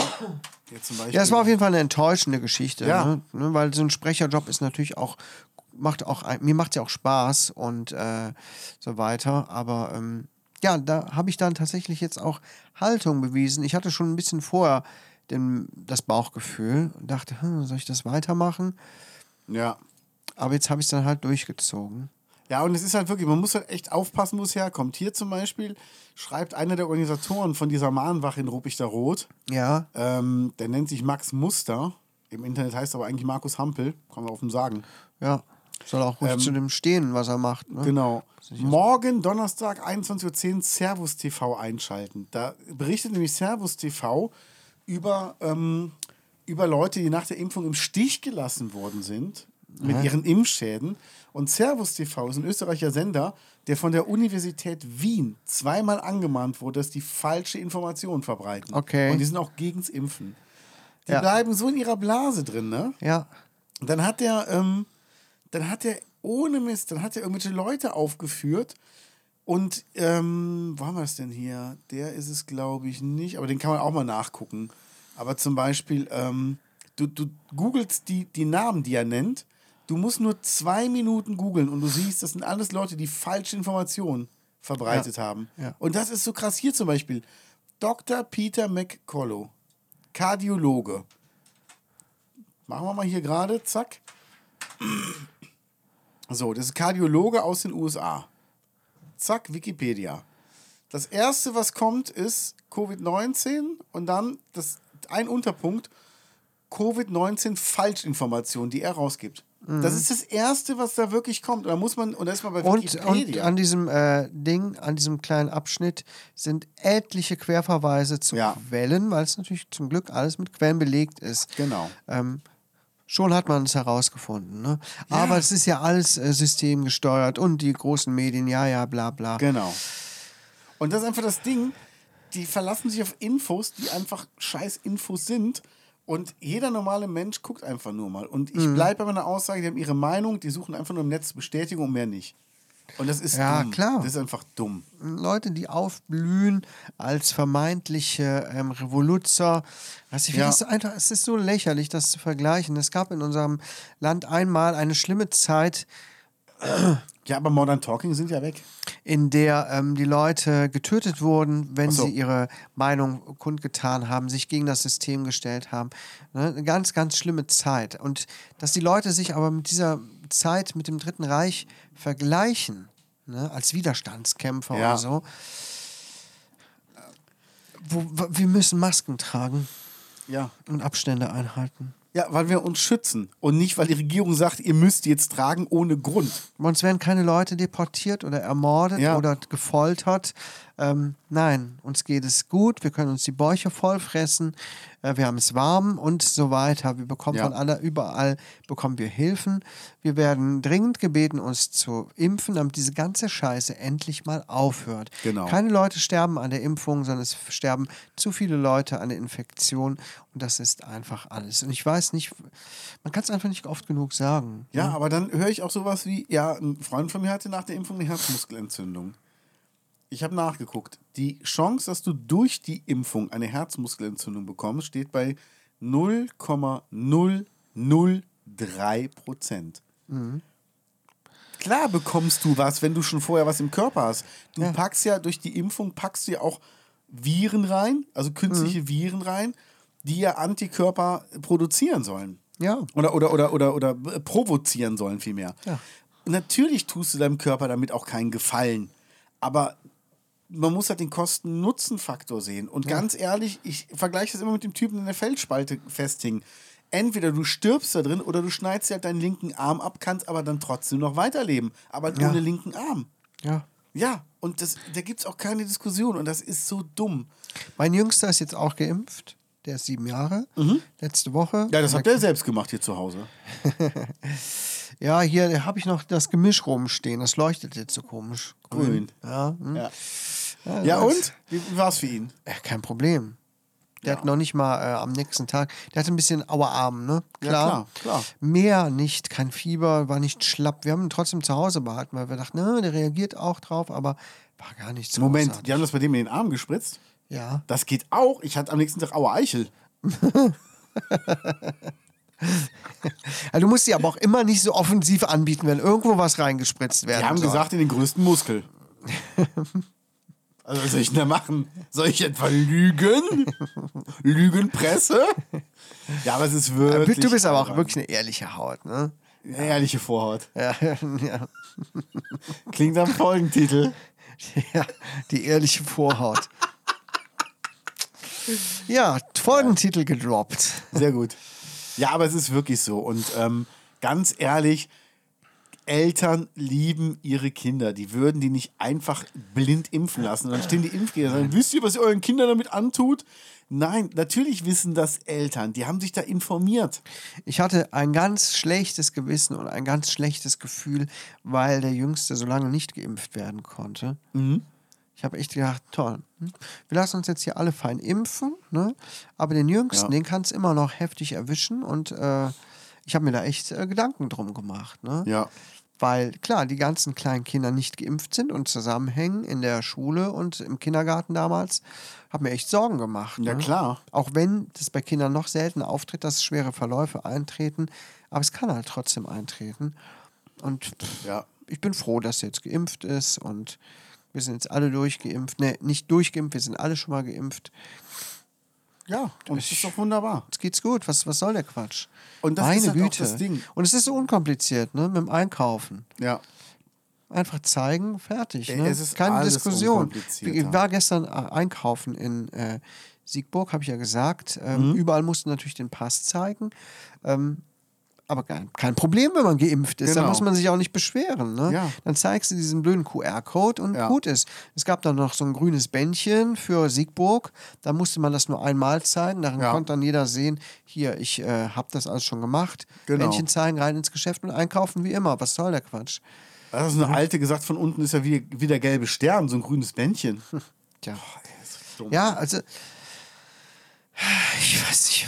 [SPEAKER 1] Jetzt zum Beispiel.
[SPEAKER 2] Ja, es war auf jeden Fall eine enttäuschende Geschichte,
[SPEAKER 1] Ja.
[SPEAKER 2] ne? Ne? weil so ein Sprecherjob ist natürlich auch macht auch ein- mir macht ja auch Spaß und äh, so weiter, aber ähm, ja, da habe ich dann tatsächlich jetzt auch Haltung bewiesen. Ich hatte schon ein bisschen vorher den, das Bauchgefühl und dachte, hm, soll ich das weitermachen?
[SPEAKER 1] ja.
[SPEAKER 2] Aber jetzt habe ich es dann halt durchgezogen.
[SPEAKER 1] Ja, und es ist halt wirklich, man muss halt echt aufpassen, wo es herkommt. Hier zum Beispiel schreibt einer der Organisatoren von dieser Mahnwache in Rupichter Rot,
[SPEAKER 2] Ja,
[SPEAKER 1] ähm, der nennt sich Max Muster. Im Internet heißt er aber eigentlich Markus Hampel, kann man auf dem sagen.
[SPEAKER 2] ja. Soll auch ruhig zu dem stehen, was er macht. Ne?
[SPEAKER 1] Genau. Morgen, Donnerstag, 21.10 Uhr, Servus TV einschalten. Da berichtet nämlich Servus TV über, ähm, über Leute, die nach der Impfung im Stich gelassen worden sind mit ihren Impfschäden. Und Servus TV ist ein österreicher Sender, der von der Universität Wien zweimal angemahnt wurde, dass die falsche Information verbreiten.
[SPEAKER 2] Okay.
[SPEAKER 1] Und die sind auch gegens Impfen. Die
[SPEAKER 2] Ja.
[SPEAKER 1] bleiben so in ihrer Blase drin, ne?
[SPEAKER 2] Ja,
[SPEAKER 1] Und dann hat er, ähm, dann hat er ohne Mist, dann hat er irgendwelche Leute aufgeführt. Und ähm, wo haben wir es denn hier? Der ist es, glaube ich, nicht, aber den kann man auch mal nachgucken. Aber zum Beispiel, ähm, du, du googelst die, die Namen, die er nennt. Du musst nur zwei Minuten googeln und du siehst, das sind alles Leute, die falsche Informationen verbreitet haben.
[SPEAKER 2] Ja.
[SPEAKER 1] Und das ist so krass. Hier zum Beispiel Dr. Peter McCollough, Kardiologe. Machen wir mal hier gerade, zack. So, das ist Kardiologe aus den USA. Zack, Wikipedia. Das erste, was kommt, ist Covid-19 und dann das, ein Unterpunkt Covid-19-Falschinformation, die er rausgibt. Das ist das erste, was da wirklich kommt. Und da muss man, und da ist man bei
[SPEAKER 2] Mhm. Und, und
[SPEAKER 1] Wikipedia.
[SPEAKER 2] an diesem äh, Ding, an diesem kleinen Abschnitt sind etliche Querverweise zu
[SPEAKER 1] Ja.
[SPEAKER 2] Quellen, weil es natürlich zum Glück alles mit Quellen belegt ist.
[SPEAKER 1] Genau.
[SPEAKER 2] Ähm, schon hat man es herausgefunden. Ne? Aber es ist ja alles äh, systemgesteuert und die großen Medien, ja, ja, bla, bla.
[SPEAKER 1] Genau. Und das ist einfach das Ding, die verlassen sich auf Infos, die einfach scheiß Infos sind. Und jeder normale Mensch guckt einfach nur mal. Und ich
[SPEAKER 2] Mhm.
[SPEAKER 1] bleibe bei meiner Aussage, die haben ihre Meinung, die suchen einfach nur im Netz Bestätigung und mehr nicht. Und das ist
[SPEAKER 2] Ja,
[SPEAKER 1] dumm.
[SPEAKER 2] klar.
[SPEAKER 1] Das ist einfach dumm.
[SPEAKER 2] Leute, die aufblühen als vermeintliche ähm, Revoluzzer. Weißt du, ich
[SPEAKER 1] Ja.
[SPEAKER 2] finde das einfach, es ist so lächerlich, das zu vergleichen. Es gab in unserem Land einmal eine schlimme Zeit,
[SPEAKER 1] Ja, aber Modern Talking sind ja weg.
[SPEAKER 2] in der ähm, die Leute getötet wurden, wenn
[SPEAKER 1] Ach so.
[SPEAKER 2] sie ihre Meinung kundgetan haben, sich gegen das System gestellt haben. Ne? Eine ganz, ganz schlimme Zeit. Und dass die Leute sich aber mit dieser Zeit, mit dem Dritten Reich vergleichen, ne? als Widerstandskämpfer
[SPEAKER 1] Ja.
[SPEAKER 2] oder so. äh, Wo, wo, wir müssen Masken tragen
[SPEAKER 1] Ja.
[SPEAKER 2] und Abstände einhalten.
[SPEAKER 1] Ja, weil wir uns schützen. Und nicht, weil die Regierung sagt, ihr müsst die jetzt tragen ohne Grund.
[SPEAKER 2] Uns werden keine Leute deportiert oder ermordet
[SPEAKER 1] Ja.
[SPEAKER 2] oder gefoltert. Ähm, nein, uns geht es gut, wir können uns die Bäuche vollfressen, äh, wir haben es warm und so weiter. Wir bekommen
[SPEAKER 1] Ja.
[SPEAKER 2] von aller, überall bekommen wir Hilfen. Wir werden dringend gebeten, uns zu impfen, damit diese ganze Scheiße endlich mal aufhört.
[SPEAKER 1] Genau.
[SPEAKER 2] Keine Leute sterben an der Impfung, sondern es sterben zu viele Leute an der Infektion und das ist einfach alles. Und ich weiß nicht, man kann es einfach nicht oft genug sagen.
[SPEAKER 1] Ja, aber dann höre ich auch sowas wie, ja, ein Freund von mir hatte nach der Impfung eine Herzmuskelentzündung. Ich habe nachgeguckt. Die Chance, dass du durch die Impfung eine Herzmuskelentzündung bekommst, steht bei 0,003 Prozent. Mhm. Klar bekommst du was, wenn du schon vorher was im Körper hast. Du packst ja durch die Impfung, packst du ja auch Viren rein, also künstliche Viren rein, die ja Antikörper produzieren sollen.
[SPEAKER 2] Ja.
[SPEAKER 1] Oder, oder, oder, oder, oder provozieren sollen vielmehr.
[SPEAKER 2] Ja.
[SPEAKER 1] Natürlich tust du deinem Körper damit auch keinen Gefallen. Aber man muss halt den Kosten-Nutzen-Faktor sehen. Und ganz ehrlich, ich vergleiche das immer mit dem Typen, der in der Feldspalte festhing. Entweder du stirbst da drin oder du schneidest dir halt deinen linken Arm ab, kannst aber dann trotzdem noch weiterleben. Aber ohne linken Arm.
[SPEAKER 2] Ja.
[SPEAKER 1] Ja, und das, da gibt es auch keine Diskussion. Und das ist so dumm.
[SPEAKER 2] Mein Jüngster ist jetzt auch geimpft. Der ist sieben Jahre. Letzte Woche.
[SPEAKER 1] Mhm. Ja, das habt ihr selbst gemacht hier zu Hause.
[SPEAKER 2] Ja, hier habe ich noch das Gemisch rumstehen. Das leuchtet jetzt so komisch.
[SPEAKER 1] Grün.
[SPEAKER 2] Ja, hm.
[SPEAKER 1] Ja, ja und? Wie war's für ihn?
[SPEAKER 2] ja kein Problem. Der hat noch nicht mal äh, am nächsten Tag. Der hatte ein bisschen Auerarm, ne?
[SPEAKER 1] Ja, klar, klar.
[SPEAKER 2] Mehr nicht, kein Fieber, war nicht schlapp. Wir haben ihn trotzdem zu Hause behalten, weil wir dachten, na, der reagiert "Ah, auch drauf, aber War gar nichts.
[SPEAKER 1] Moment,
[SPEAKER 2] großartig.
[SPEAKER 1] die haben das bei dem in den Arm gespritzt?
[SPEAKER 2] Ja.
[SPEAKER 1] Das geht auch. Ich hatte am nächsten Tag Aue Eichel.
[SPEAKER 2] Also du musst sie aber auch immer nicht so offensiv anbieten, wenn irgendwo was reingespritzt werden
[SPEAKER 1] Die haben
[SPEAKER 2] soll.
[SPEAKER 1] gesagt, in den größten Muskel. Also, was soll ich denn da machen? Soll ich etwa lügen? Lügenpresse? Ja, aber es ist
[SPEAKER 2] Du
[SPEAKER 1] wirklich.
[SPEAKER 2] bist- du bist aber auch
[SPEAKER 1] albern.
[SPEAKER 2] wirklich eine ehrliche Haut, ne?
[SPEAKER 1] Eine ehrliche Vorhaut.
[SPEAKER 2] Ja, ja.
[SPEAKER 1] Klingt am Folgentitel.
[SPEAKER 2] ja die ehrliche Vorhaut. ja, Folgentitel gedroppt.
[SPEAKER 1] Sehr gut. Ja, aber es ist wirklich so. Und ähm, ganz ehrlich, Eltern lieben ihre Kinder. Die würden die nicht einfach blind impfen lassen. Und dann stehen die Impfgegner und sagen, wisst ihr, was ihr euren Kindern damit antut? Nein, natürlich wissen das Eltern. Die haben sich da informiert.
[SPEAKER 2] Ich hatte ein ganz schlechtes Gewissen und ein ganz schlechtes Gefühl, weil der Jüngste so lange nicht geimpft werden konnte. Ich habe echt gedacht, toll, hm, wir lassen uns jetzt hier alle fein impfen, ne? aber den Jüngsten, den kann es immer noch heftig erwischen und äh, ich habe mir da echt äh, Gedanken drum gemacht. Ne?
[SPEAKER 1] Ja.
[SPEAKER 2] Weil klar, die ganzen kleinen Kinder nicht geimpft sind und zusammenhängen in der Schule und im Kindergarten damals, habe mir echt Sorgen gemacht.
[SPEAKER 1] Ja,
[SPEAKER 2] ne?
[SPEAKER 1] klar.
[SPEAKER 2] Auch wenn das bei Kindern noch seltener auftritt, dass schwere Verläufe eintreten, aber es kann halt trotzdem eintreten. Und pff,
[SPEAKER 1] Ja.
[SPEAKER 2] ich bin froh, dass jetzt geimpft ist und wir sind jetzt alle durchgeimpft. Ne, nicht durchgeimpft, wir sind alle schon mal geimpft.
[SPEAKER 1] Ja, und es ist doch wunderbar.
[SPEAKER 2] Jetzt geht's gut, was, was soll der Quatsch?
[SPEAKER 1] Und das
[SPEAKER 2] Meine
[SPEAKER 1] ist halt auch
[SPEAKER 2] Güte.
[SPEAKER 1] das Ding.
[SPEAKER 2] Und es ist so unkompliziert, ne, mit dem Einkaufen.
[SPEAKER 1] Ja.
[SPEAKER 2] Einfach zeigen, fertig.
[SPEAKER 1] Äh,
[SPEAKER 2] Ne?
[SPEAKER 1] es ist
[SPEAKER 2] Keine
[SPEAKER 1] alles
[SPEAKER 2] Diskussion.
[SPEAKER 1] unkomplizierter.
[SPEAKER 2] Ich war gestern a- einkaufen in äh, Siegburg, habe ich ja gesagt. Ähm,
[SPEAKER 1] Mhm.
[SPEAKER 2] Überall mussten natürlich den Pass zeigen. Ähm, aber kein, kein Problem, wenn man geimpft ist. Da
[SPEAKER 1] Genau.
[SPEAKER 2] muss man sich auch nicht beschweren. Ne?
[SPEAKER 1] Ja.
[SPEAKER 2] Dann zeigst du diesen blöden QR-Code und
[SPEAKER 1] Ja.
[SPEAKER 2] gut ist. Es gab dann noch so ein grünes Bändchen für Siegburg. Da musste man das nur einmal zeigen. Daran
[SPEAKER 1] Ja.
[SPEAKER 2] konnte dann jeder sehen, hier, ich äh, habe das alles schon gemacht.
[SPEAKER 1] Genau.
[SPEAKER 2] Bändchen zeigen, rein ins Geschäft und einkaufen wie immer. Was soll der Quatsch?
[SPEAKER 1] Das ist eine alte gesagt, von unten ist ja wie, wie der gelbe Stern, so ein grünes Bändchen.
[SPEAKER 2] Tja.
[SPEAKER 1] dumm.
[SPEAKER 2] Ja, also. Ich weiß nicht.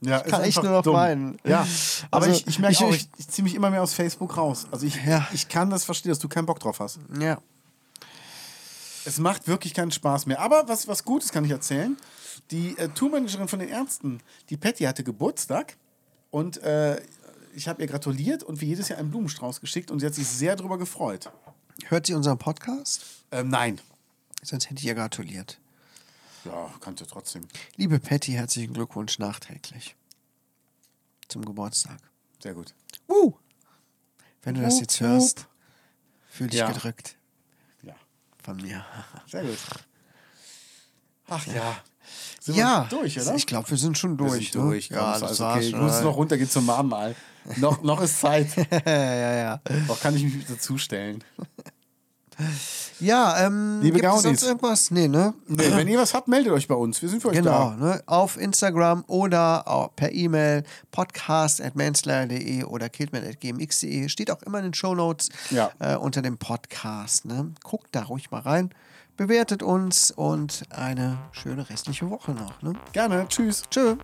[SPEAKER 1] Ja,
[SPEAKER 2] kann
[SPEAKER 1] ist
[SPEAKER 2] echt
[SPEAKER 1] einfach
[SPEAKER 2] nur noch
[SPEAKER 1] dumm.
[SPEAKER 2] weinen.
[SPEAKER 1] Ja, aber
[SPEAKER 2] Also,
[SPEAKER 1] ich, ich merke
[SPEAKER 2] ich-
[SPEAKER 1] auch,
[SPEAKER 2] ich-
[SPEAKER 1] ich, ich ziehe mich immer mehr aus Facebook raus. Also ich,
[SPEAKER 2] Ja.
[SPEAKER 1] ich kann das verstehen, dass du keinen Bock drauf hast.
[SPEAKER 2] Ja.
[SPEAKER 1] Es macht wirklich keinen Spaß mehr. Aber was, was Gutes kann ich erzählen. Die äh, Tourmanagerin von den Ärzten, die Patty, hatte Geburtstag und äh, ich habe ihr gratuliert und wie jedes Jahr einen Blumenstrauß geschickt und sie hat sich sehr darüber gefreut.
[SPEAKER 2] Hört sie unseren Podcast?
[SPEAKER 1] Ähm, nein.
[SPEAKER 2] Sonst hätte ich ihr gratuliert.
[SPEAKER 1] Ja, kannst du trotzdem.
[SPEAKER 2] Liebe Patty, herzlichen Glückwunsch nachträglich. Zum Geburtstag.
[SPEAKER 1] Sehr gut.
[SPEAKER 2] Uh. Wenn du das jetzt
[SPEAKER 1] Wup,
[SPEAKER 2] hörst, fühl dich
[SPEAKER 1] Ja.
[SPEAKER 2] gedrückt
[SPEAKER 1] Ja,
[SPEAKER 2] von mir.
[SPEAKER 1] sehr gut. Ach ja. Sind
[SPEAKER 2] ja,
[SPEAKER 1] wir durch, oder?
[SPEAKER 2] ich glaube, wir sind schon durch.
[SPEAKER 1] Wir sind
[SPEAKER 2] ne?
[SPEAKER 1] durch.
[SPEAKER 2] ja, das
[SPEAKER 1] also
[SPEAKER 2] war's
[SPEAKER 1] okay. Ich
[SPEAKER 2] schon.
[SPEAKER 1] muss noch runtergehen zum Mahnmal. Noch, noch ist Zeit.
[SPEAKER 2] ja, ja.
[SPEAKER 1] Noch kann ich mich dazustellen.
[SPEAKER 2] Ja, ähm,
[SPEAKER 1] Liebe
[SPEAKER 2] gibt es sonst
[SPEAKER 1] Gaunis.
[SPEAKER 2] irgendwas? Nee, ne?
[SPEAKER 1] Nee, wenn ihr was habt, meldet euch bei uns. Wir sind für euch
[SPEAKER 2] Genau,
[SPEAKER 1] da.
[SPEAKER 2] ne? auf Instagram oder auch per E-Mail podcast.manslayer.de oder killman.gmx.de. Steht auch immer in den Shownotes
[SPEAKER 1] Ja.
[SPEAKER 2] äh, unter dem Podcast. Ne? Guckt da ruhig mal rein, bewertet uns und eine schöne restliche Woche noch. Ne?
[SPEAKER 1] Gerne. Tschüss.
[SPEAKER 2] Tschö.